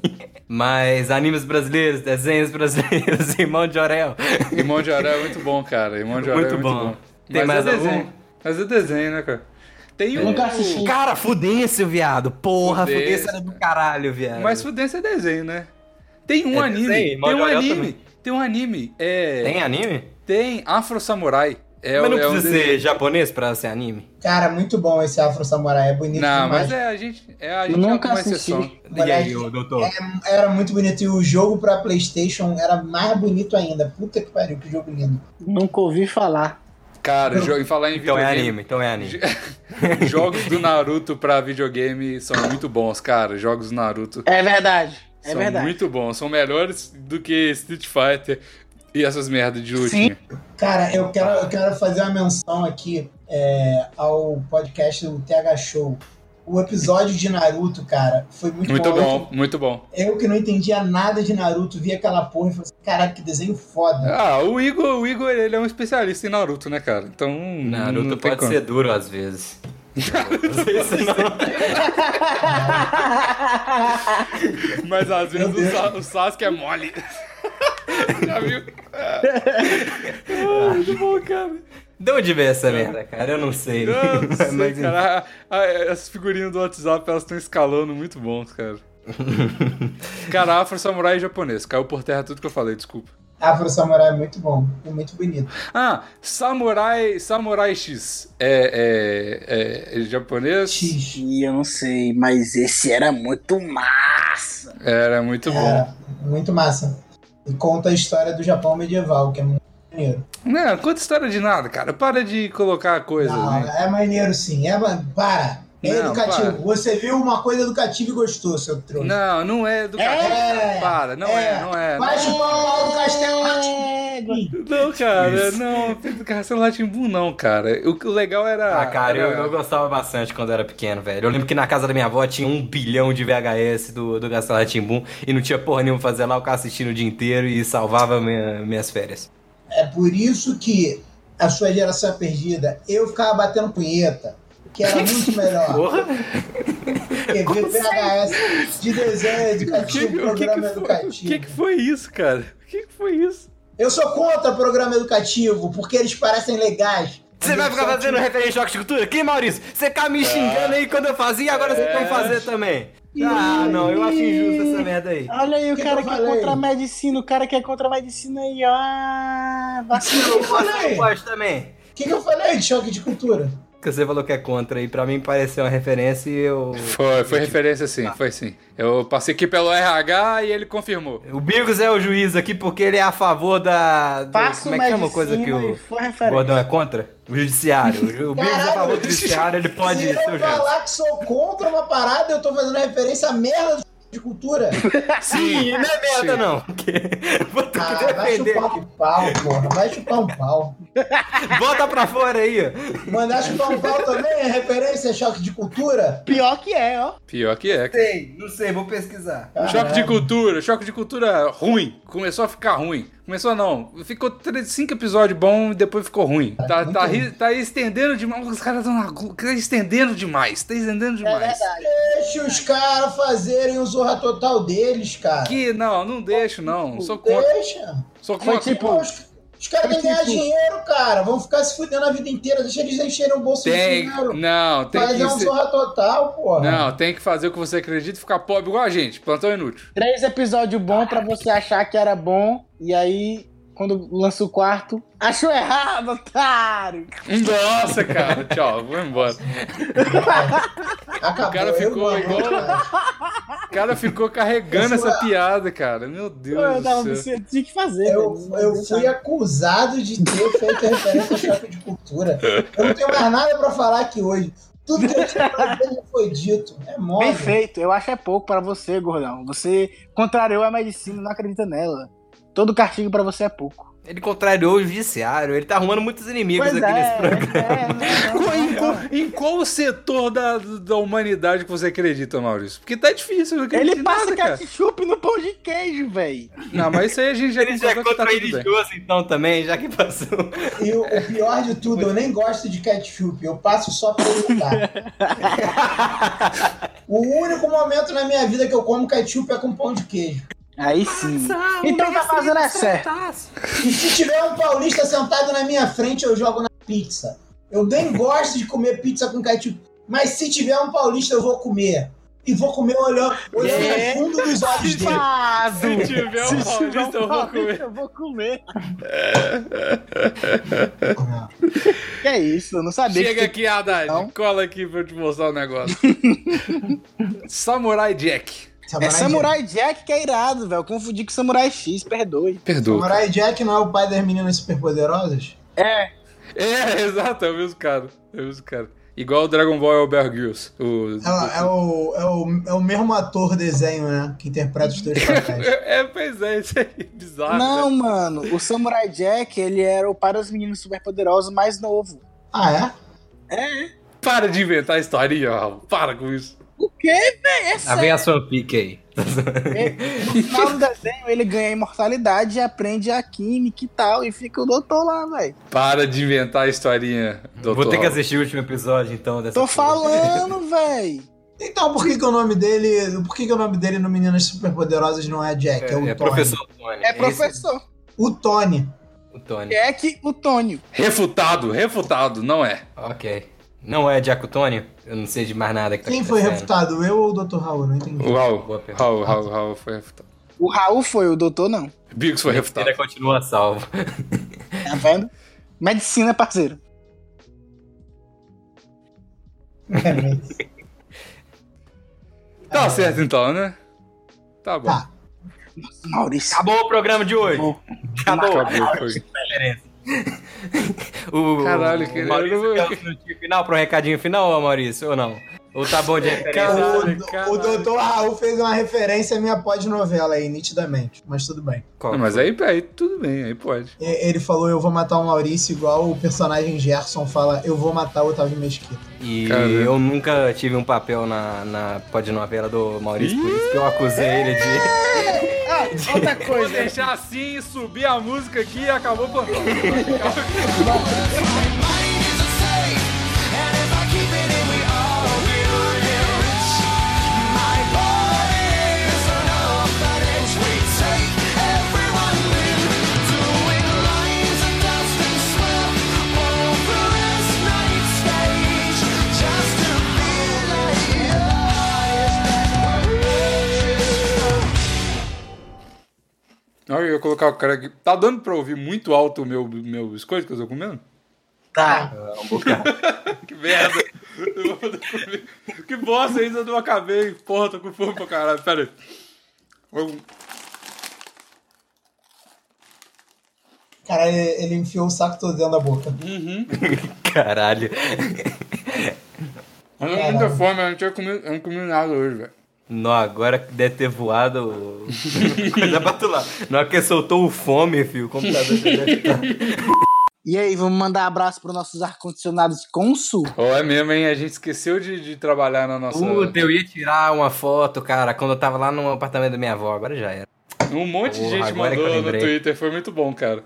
D: Mas animes brasileiros, desenhos brasileiros, irmão de Orel.
A: Irmão de Aré é muito bom, cara. Irmão de Aré
D: Muito
A: é muito
D: bom.
A: bom.
D: Tem mais
A: é
D: algum?
A: desenho. Mas é desenho, né, cara? Tem um.
C: Nunca assisti.
D: Cara, fudêncio, viado. Porra,
A: Fudêncio.
D: fudêncio era do caralho, viado.
A: Mas fudência é desenho, né? Tem um
D: É
A: anime.
D: desenho, irmão
A: tem
D: de
A: um
D: Orel
A: anime.
D: também.
A: Tem um anime. É.
D: Tem anime?
A: Tem Afro Samurai. É,
D: Mas não
A: é um
D: precisa
A: desenho.
D: ser japonês pra ser anime?
B: Cara, muito bom esse Afro Samurai, é bonito
A: Não,
B: demais.
A: mas é a gente. É a gente
C: Nunca
A: é uma
C: assisti.
A: exceção.
D: E aí, ô,
B: É
D: doutor?
B: Era muito bonito e o jogo pra PlayStation era mais bonito ainda. Puta que pariu, que jogo lindo.
C: Nunca ouvi falar.
A: Cara, jogo, em falar em
D: Então é
A: videogame,
D: anime, então é anime.
A: Jogos do Naruto pra videogame são muito bons, cara. Jogos do Naruto
C: É verdade. É
A: são
C: verdade.
A: muito bons. São melhores do que Street Fighter e essas merdas de lutinha.
B: Cara, eu quero, eu quero fazer uma menção aqui é, ao podcast do TH Show. O episódio de Naruto, cara, foi muito,
A: Muito bom, muito bom.
B: Eu que não entendia nada de Naruto, vi aquela porra e falei assim, caralho, que desenho foda.
A: Ah, o Igor, o Igor, ele é um especialista em Naruto, né, cara? Então.
D: Naruto
A: não tem
D: pode
A: como.
D: ser duro às vezes. Às vezes não.
A: Mas às vezes
B: Meu
A: o,
B: Deus.
A: Sa o Sasuke é mole. Já viu? Ah, muito bom, cara.
D: De onde veio essa merda, cara? Eu não sei.
A: Eu não sei,
D: Mas,
A: cara. Ah, ah, Essas figurinhas do WhatsApp, elas estão escalando muito bons, cara. cara, Afro Samurai é japonês. Caiu por terra tudo que eu falei, desculpa.
B: Afro Samurai é muito bom, é muito bonito.
A: Ah, Samurai, Samurai X. É, é, é, é japonês?
B: X.
C: E eu não sei, mas esse era muito massa.
A: Era muito bom.
B: Cara, é muito massa. E conta a história do Japão medieval, que é muito maneiro.
A: Não, conta história de nada, cara. Para de colocar coisas,
B: Não,
A: né?
B: é maneiro sim. É, ma- para. É
A: Não,
B: educativo.
A: para.
B: Você viu uma coisa educativa e gostou, seu trouxa.
A: Não, não é educativo.
B: É.
A: Para, não é,
B: É.
A: não é.
B: Vai chupar o pau do castelo Rá-Tim-Bum.
A: Não, cara, não. Castelo Latimbu, não, cara. O, o legal era.
D: Ah, cara, eu,
A: era-
D: eu gostava bastante quando era pequeno, velho. Eu lembro que na casa da minha avó tinha um bilhão de VHS do, do Castelo Timbum e não tinha porra nenhuma pra fazer lá, eu ficava assistindo o dia inteiro e salvava minha- minhas férias.
B: É por isso que a sua geração é perdida. Eu ficava batendo punheta, que era muito melhor.
D: Porra!
B: Porque ver VHS de desenho
A: assim? O que,
B: educativo,
A: o que que
B: programa
A: foi, o
B: educativo.
A: que que foi isso, cara? O que, que foi isso?
B: Eu sou contra programa educativo, porque eles parecem legais.
D: Você vai ficar fazendo referência de choque de cultura? Que, Maurício? Você fica me xingando aí quando eu fazia e agora você vai fazer também. Ah, não, eu acho injusto essa merda aí.
C: Olha aí o
B: Que
C: cara
B: que
C: que
B: eu
C: é
B: falei?
C: contra a medicina, o cara que é contra a medicina aí, ó.
B: O que eu falei? O
D: Pode também.
B: que, que eu falei de choque de cultura?
D: Que você falou que é contra e pra mim pareceu uma referência e eu.
A: Foi, foi referência sim, foi sim. Eu passei aqui pelo RH e ele confirmou.
D: O Bigos é o juiz aqui porque ele é a favor da. do-
C: Faço
D: como é que chama a coisa que
C: medicina
D: o.
C: e foi
D: O
C: referência.
D: Gordão é contra? O judiciário. O ju- O Bigos é a favor do judiciário, ele pode
B: Se
D: ser o
B: eu
D: juiz.
B: falar que sou contra uma parada, eu tô fazendo referência à merda do choque de cultura.
A: Sim,
D: Não é merda, não. Porque- Vou ter que
B: Ah, vai
D: defender.
B: chupar um pau, porra. Vai chupar um pau.
D: Bota pra fora aí. ó.
B: Mandar chupar um pau também é referência a choque de cultura?
C: Pior que é, ó.
A: Pior que é.
D: Sei, não sei, vou pesquisar.
B: Ah.
A: Choque de cultura, choque de cultura ruim. Começou a ficar ruim. Começou não. Ficou três- cinco episódios bons e depois ficou ruim. Tá,
B: muito
A: tá,
B: ruim.
A: ri- tá estendendo demais. Os caras estão na Globo. Tá estendendo demais. Tá estendendo
C: É
A: demais.
C: verdade.
B: Deixa os caras fazerem o zorra total deles, cara.
A: que não, não deixo, não. Sou contra.
B: Deixa.
A: Sou
C: Tipo, Foi
A: contra.
C: tipo,
B: Pô, os, Os caras têm que
A: tipo,
B: ganhar dinheiro, cara. Vão ficar se fudendo a vida inteira. Deixa eles encherem o bolso
A: Tem.
B: de dinheiro.
A: Não, tem
B: Mas
A: que.
B: é um
A: ser-
B: zorra total, porra.
A: Não, tem que fazer o que você acredita e ficar pobre igual a gente. Plantão inútil.
C: Três episódios bons pra você achar que era bom. E aí, quando lança o quarto, achou errado, otário.
A: Nossa, cara. Tchau, vou embora.
B: Acabou.
A: O cara
B: eu
A: ficou
B: não,
A: igual- né?
B: cara.
A: O cara ficou carregando essa piada, cara. Meu Deus
C: Eu tava
A: do céu.
C: você tinha que fazer.
B: Eu,
C: velho.
B: eu fui acusado de ter feito referência ao choque de cultura. Eu não tenho mais nada pra falar aqui hoje. Tudo que eu tinha pra dizer já foi dito. É mole.
C: Bem feito, eu acho é pouco pra você, gordão. Você contrariou a medicina, não acredita nela. Todo castigo pra você é pouco.
D: Ele contrariou o judiciário, ele tá arrumando muitos inimigos
C: Pois
D: aqui nesse
C: é,
D: programa.
C: é,
A: Qual-
C: não, não,
A: Em
C: não.
A: qual, em qual setor da, da humanidade que você acredita, Maurício? Porque tá difícil. eu não acredito
C: Ele
A: em
C: passa
A: nada, cara.
C: ketchup no pão de queijo, velho.
A: Não, mas isso aí a gente já
D: Ele já é
A: concordou que tá
D: contra
A: tudo bem.
D: religioso, então, também, já que passou.
B: E o, o pior de tudo, eu nem gosto de ketchup, eu passo só pra evitar. o único momento na minha vida que eu como ketchup é com pão de queijo.
C: Aí sim. Então tá fazendo é certo.
B: E se tiver um paulista sentado na minha frente, eu jogo na pizza. Eu nem gosto de comer pizza com ketchup, mas se tiver um paulista, eu vou comer. E vou comer olhando, olhando
C: É.
B: no fundo dos olhos dele.
C: Safado.
A: Se tiver um
C: Se
A: paulista,
C: tiver
A: eu vou
C: paulista,
A: comer.
C: eu vou comer. É
B: Não.
C: Que é isso, eu não sabia
A: Chega
C: que
A: aqui, Haddad.
C: Não.
A: Cola aqui pra eu te mostrar um negócio. Samurai Jack.
C: É Samurai Jack que é irado, velho. Eu Confundi com Samurai X, perdoe.
A: Perdoa.
B: Samurai Jack não é o pai das meninas superpoderosas?
C: É.
A: É, exato, é o mesmo cara. É o mesmo cara. Igual o Dragon Ball é o Bear Grylls. O...
B: É, o- é o, é, o, é o mesmo ator desenho, né? Que interpreta os teus papéis.
A: É, é, pois é, isso aí é bizarro.
C: Não,
A: né?
C: mano. O Samurai Jack, ele era o para os meninos superpoderosos mais novo.
B: Ah, é?
A: Para de inventar historinha, Raul. Para com isso.
C: O quê, velho? É
D: Lá
C: sério.
D: vem a fanfic aí.
C: Ele- No final do desenho, ele ganha imortalidade, aprende a química e tal, e fica o doutor lá, velho.
A: Para de inventar historinha, doutor.
D: Vou ter que
A: Raul.
D: assistir o último episódio, então, dessa
C: Tô
D: porra.
C: falando, velho.
B: Então por que, que o nome dele. Por que, que o nome dele no Meninas Superpoderosas não é Jack? É, o Tony.
D: É, professor Tony.
C: É professor.
B: O Tony.
D: Esse- o Tony.
C: Jack, o Tônio.
A: Refutado, refutado, não é.
D: Ok. Não é Jaco Tony? Eu não sei de mais nada que tá
B: Quem foi
D: acontecendo.
B: refutado? Eu ou o Dr. Raul? Não entendi.
A: O Raul.
D: Boa pergunta.
A: Raul, Raul, Raul foi refutado.
C: O Raul foi, o doutor não.
A: Bigos foi refutado.
D: Ainda continua salvo.
C: Tá vendo? Medicina, parceiro.
A: Tá certo então, né? Tá bom.
B: Tá.
C: Maurício.
D: Acabou o programa de hoje.
C: Acabou.
D: Acabou.
A: Acabou, foi.
D: O,
A: Caralho,
D: o
A: que-
D: Maurício
A: eu não-
D: Carlos não tinha final pra um recadinho final, ô Maurício? Ou não? Ou tá bom de referência?
A: Caralho,
B: o,
A: caralho.
B: o Dr. Raul fez uma referência à minha pós-novela aí, nitidamente. Mas tudo bem.
D: Qual
A: Não, mas aí, aí tudo bem, aí pode.
B: E- Ele falou: Eu vou matar o Maurício, igual o personagem Gerson fala: Eu vou matar o Otávio Mesquita.
D: E
A: Cara.
D: eu nunca tive um papel na, na podnovela do Maurício, por isso que eu acusei ele de.
C: Ah, outra
A: Vou
C: coisa.
A: deixar assim, subir a música aqui e acabou o plantão.
E: Just to be like
A: Olha, eu ia colocar o cara aqui. Tá dando pra ouvir muito alto o meu, meu biscoito que eu tô comendo?
C: Tá.
A: Que merda! que bosta, é ainda não acabei. Porra, tô com fome pra caralho. Pera aí. Eu-
B: Cara, ele, ele enfiou o saco todo dentro da boca.
D: Caralho.
A: Eu não tenho muita fome, eu não tinha comido, eu não comi nada hoje, velho.
D: Não, agora que deve ter voado. o- Coisa pra tu lá. Na hora que ele soltou o fome, filho, o computador já deve estar.
C: E aí, vamos mandar abraço pros nossos ar-condicionados Consul?
A: Ou é mesmo, hein? A gente esqueceu de, de trabalhar na nossa.
D: Puta, eu ia tirar uma foto, cara, quando eu tava lá no apartamento da minha avó, agora já era.
A: Um monte de
D: Porra,
A: gente
D: agora é que eu
A: mandou no
D: lembrei.
A: Twitter, foi muito bom, cara.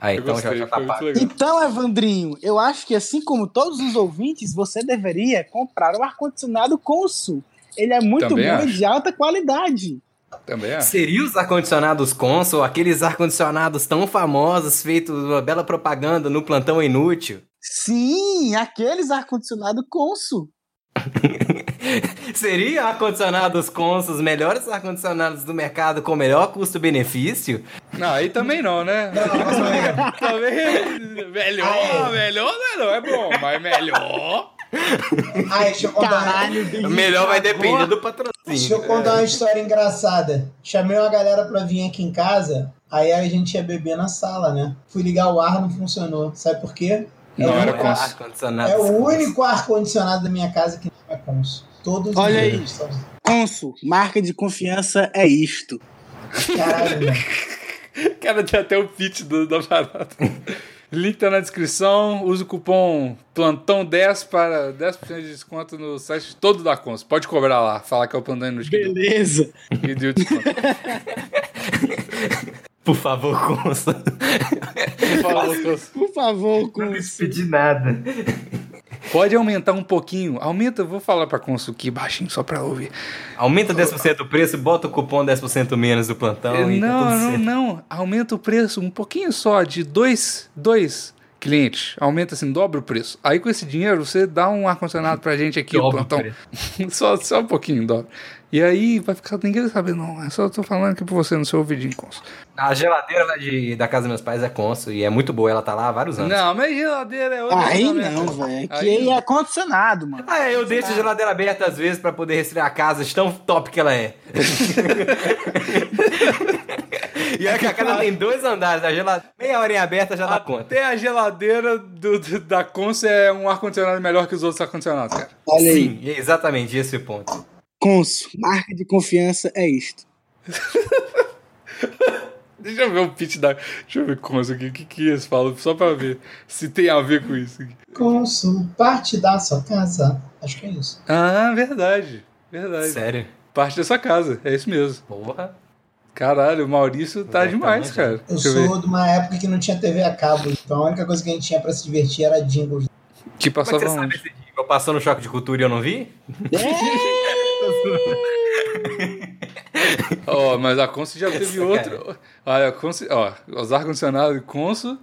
D: Aí,
A: eu
D: então
A: gostei,
D: já, já tá
A: foi muito
D: pago.
A: legal.
C: Então, Evandrinho, eu acho que assim como todos os ouvintes, você deveria comprar um ar-condicionado Consul. Ele é muito
A: Também
C: bom
A: acho.
C: e de alta qualidade.
A: Também é.
D: Seria os ar-condicionados Consul, aqueles ar-condicionados tão famosos, feitos uma bela propaganda no plantão inútil?
C: Sim, aqueles ar-condicionado Consul.
D: Seria ar-condicionados Consul os melhores ar-condicionados do mercado com o melhor custo-benefício?
A: Não, aí também não, né? também. Melhor, melhor não é não. É bom, mas melhor.
B: Ah, deixa eu contar,
C: Caralho, Denis,
D: Melhor vai
C: travou.
D: depender do
B: deixa eu
D: patrocínio.
A: é.
B: contar uma história engraçada. Chamei uma galera pra vir aqui em casa, aí a gente ia beber na sala, né? Fui ligar o ar, não funcionou. Sabe por quê?
A: Não
B: o
A: era
B: único-
A: Consul. Ah,
D: ar-condicionados
B: É o
D: Consul.
B: único ar-condicionado da minha casa que não é Consul. Todos os
C: Olha
B: dias estão-
C: Consul, marca de confiança é isto.
B: Caralho, né? mano.
A: Cara, tem até o pitch do- da parada. Link tá na descrição. Use o cupom plantão10 para 10% de desconto no site todo da Cons. Pode cobrar lá. Falar que é o plantão inútil que deu-
C: Beleza.
A: que deu desconto.
D: Por favor, Consul.
A: Não fala, Cons.
C: Por favor, Consul.
D: De nada.
A: Pode aumentar um pouquinho. Aumenta, eu vou falar pra Cons aqui baixinho só pra ouvir.
D: Aumenta 10% o preço, bota o cupom 10% menos do plantão e tá
A: não,
D: tudo
A: não,
D: certo.
A: não. Aumenta o preço um pouquinho só, de dois, dois clientes. Aumenta assim, dobra o preço. Aí com esse dinheiro você dá um ar-condicionado pra gente aqui, o
D: Dobra o
A: plantão. só, só um pouquinho, dobra. E aí vai ficar ninguém sabe não. É só tô falando aqui pra você no seu ouvidinho, Cons.
D: A geladeira lá de, da casa dos meus pais é Consul e é muito boa, ela tá lá há vários anos.
A: Não, mas geladeira é outra.
C: Aí
A: ferramenta.
C: não, velho. Que
A: Aí
C: aí
A: não.
C: é condicionado, mano.
D: Ah, é, eu deixo a geladeira aberta às vezes pra poder resfriar a casa, de tão top que ela é. e olha que a casa tem dois andares, a geladeira. Meia horinha aberta já dá conta.
A: Até a geladeira do- do- da Cons é um ar-condicionado melhor que os outros ar-condicionados, cara.
C: Olha aí.
D: Sim, é exatamente esse o ponto.
C: Consul, marca de confiança é isto.
A: Deixa eu ver o pitch da. Deixa eu ver Cons aqui. O que, que eles falam? Só pra ver se tem a ver com isso. aqui.
B: Consul, parte da sua casa. Acho que é isso.
A: Ah, verdade. Verdade.
D: Sério.
A: Parte da sua casa, é isso mesmo.
D: Porra.
A: Caralho, o Maurício tá
D: Exatamente.
A: demais, cara.
B: Eu
A: Deixa eu ver.
B: sou de uma época que não tinha TV a cabo, então a única coisa que a gente tinha pra se divertir era jingles.
A: Que
D: Como é que
A: passava
D: você sabe
A: onde?
D: esse jingle? Passou no choque de cultura e eu não vi?
C: É.
A: Ó, mas a Consul já teve
D: Essa,
A: outro. Olha, a Consul, ó, os ar-condicionados Consul,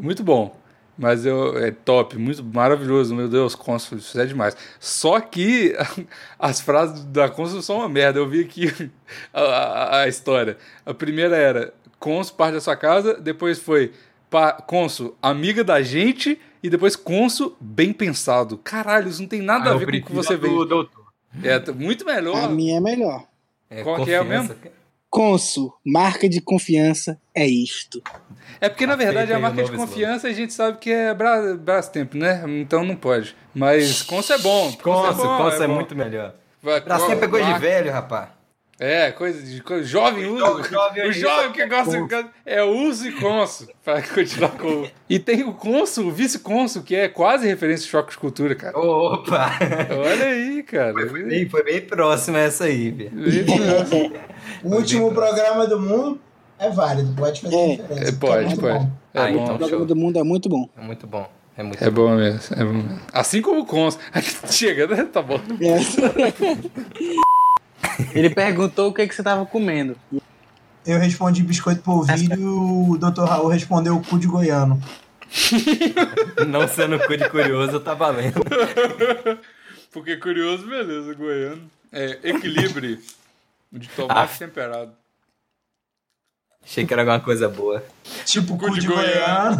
A: muito bom. Mas eu, é top, muito maravilhoso, meu Deus, Consul, isso é demais. Só que as frases da Consul são uma merda. Eu vi aqui a, a- a história. A primeira era Consul, parte da sua casa, depois foi pa, Consul, amiga da gente, e depois Consul, bem pensado. Caralho, isso não tem nada
D: Ah,
A: a
D: eu
A: ver com o que
D: prefiro
A: você
D: a do
A: veio.
D: doutor.
A: É t- muito melhor.
C: A minha é melhor.
D: É,
A: Qual que é o
D: confiança.
C: Consul, marca de confiança é isto.
A: É porque, na verdade,
D: Aceita
A: a
D: aí
A: marca
D: o
A: de
D: novo
A: confiança a gente sabe que é Bra Brastemp, né? Então não pode. Mas Consul é bom.
D: Consul,
A: bom,
D: Consul é,
A: bom.
D: muito melhor.
A: Vai,
D: Pra sempre é coisa de
A: marca-
D: velho, rapaz.
A: É, coisa de coisa, jovem usa.
D: jovem- jovem
A: o
D: aí,
A: jovem que gosta de é uso e Consul, pra continuar com. E tem o Consul, o vice-consul, que é quase referência ao choque de cultura, cara.
D: Opa!
A: Olha aí, cara.
D: Foi bem, foi bem próximo essa aí, velho.
C: É.
B: O último programa do mundo é válido, pode fazer
C: É.
B: diferença.
A: É, pode,
B: muito
A: pode.
B: bom.
A: É
D: Ah,
A: bom.
D: então.
C: O programa do mundo é muito bom.
D: É muito bom. É muito
A: É bom mesmo, é bom mesmo. Assim como o Consul. Chega, né? Tá bom.
C: É. Ele perguntou o que, que você tava comendo.
B: Eu respondi biscoito polvilho e o Dr. Raul respondeu o cu de goiano.
D: bom. Não sendo cu de curioso, tá valendo.
A: Porque é curioso, beleza, goiano. É, equilíbrio de tomate temperado.
D: Achei que era alguma coisa boa.
B: Tipo, cu,
A: de
B: de, goiano.